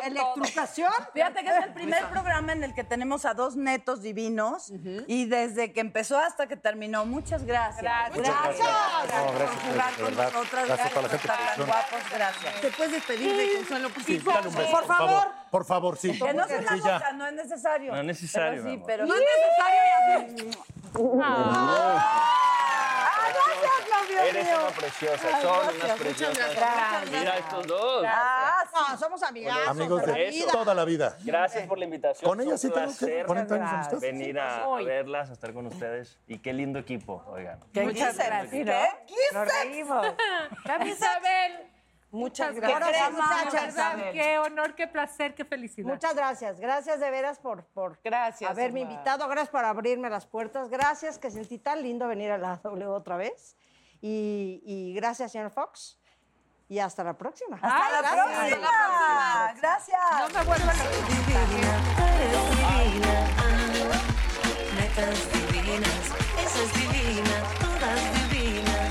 [SPEAKER 4] ¿Electrocución?
[SPEAKER 9] ¿Ah? Fíjate que es el primer programa en el que tenemos a dos netos divinos y desde que empezó hasta que terminó. Muchas gracias. Gracias.
[SPEAKER 1] Muchas gracias. No, gracias
[SPEAKER 9] por jugar
[SPEAKER 1] a
[SPEAKER 9] con nosotras.
[SPEAKER 1] ustedes, de verdad. Gracias
[SPEAKER 9] Gracias
[SPEAKER 1] para la
[SPEAKER 9] por
[SPEAKER 1] gente
[SPEAKER 9] estar
[SPEAKER 1] que
[SPEAKER 9] tan
[SPEAKER 1] nos
[SPEAKER 9] guapos. Gracias.
[SPEAKER 5] ¿Te puedes despedir de Consuelo?
[SPEAKER 1] Sí, dale un beso, por favor. Por favor, sí.
[SPEAKER 9] Que no se la
[SPEAKER 1] Sí, ya.
[SPEAKER 9] boca, no es necesario.
[SPEAKER 1] No es
[SPEAKER 9] Pero
[SPEAKER 1] necesario, mi
[SPEAKER 9] sí,
[SPEAKER 1] amor.
[SPEAKER 9] pero...
[SPEAKER 5] No es necesario.
[SPEAKER 1] Oh. Ah.
[SPEAKER 9] ¡Ah,
[SPEAKER 8] Eres una preciosa.
[SPEAKER 4] Ay,
[SPEAKER 8] Son
[SPEAKER 4] gracias,
[SPEAKER 8] unas
[SPEAKER 4] muchas
[SPEAKER 8] preciosas.
[SPEAKER 4] gracias.
[SPEAKER 8] Mira estos dos.
[SPEAKER 4] Ah, no, somos amigazos.
[SPEAKER 1] Amigos
[SPEAKER 4] la
[SPEAKER 1] de
[SPEAKER 4] vida.
[SPEAKER 1] toda la vida.
[SPEAKER 8] Gracias por la invitación.
[SPEAKER 1] Con ella
[SPEAKER 8] Fue un
[SPEAKER 1] sí tenemos que-
[SPEAKER 8] placer
[SPEAKER 1] 40 años de amistad.
[SPEAKER 8] Venir a
[SPEAKER 1] Hoy.
[SPEAKER 8] verlas, a estar con ustedes. Y qué lindo equipo, oigan.
[SPEAKER 9] ¿Qué
[SPEAKER 8] Muchas
[SPEAKER 9] dices?
[SPEAKER 8] gracias.
[SPEAKER 9] ¿Qué dices?
[SPEAKER 6] Isabel, Muchas
[SPEAKER 4] gracias.
[SPEAKER 6] muchachas.
[SPEAKER 4] Gracias, Isabel.
[SPEAKER 6] Qué honor, qué placer, qué felicidad.
[SPEAKER 4] Muchas gracias, gracias de veras por, por haberme
[SPEAKER 6] Omar.
[SPEAKER 4] invitado, gracias por abrirme las puertas, gracias que sentí tan lindo venir a la W otra vez y, y gracias, señor Fox, y hasta la próxima.
[SPEAKER 9] Hasta la
[SPEAKER 4] Gracias.
[SPEAKER 9] próxima. Gracias. No me vuelvan a
[SPEAKER 11] Netas divinas, esa es divina, todas divinas.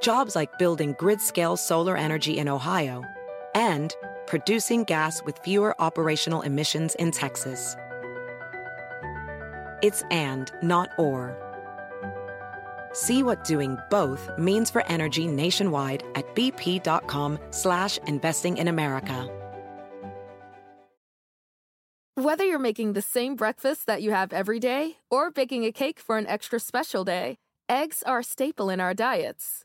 [SPEAKER 12] Jobs like building grid scale solar energy in Ohio and producing gas with fewer operational emissions in Texas. It's and, not or. See what doing both means for energy nationwide at bp.com slash investing in America.
[SPEAKER 13] Whether you're making the same breakfast that you have every day or baking a cake for an extra special day, eggs are a staple in our diets.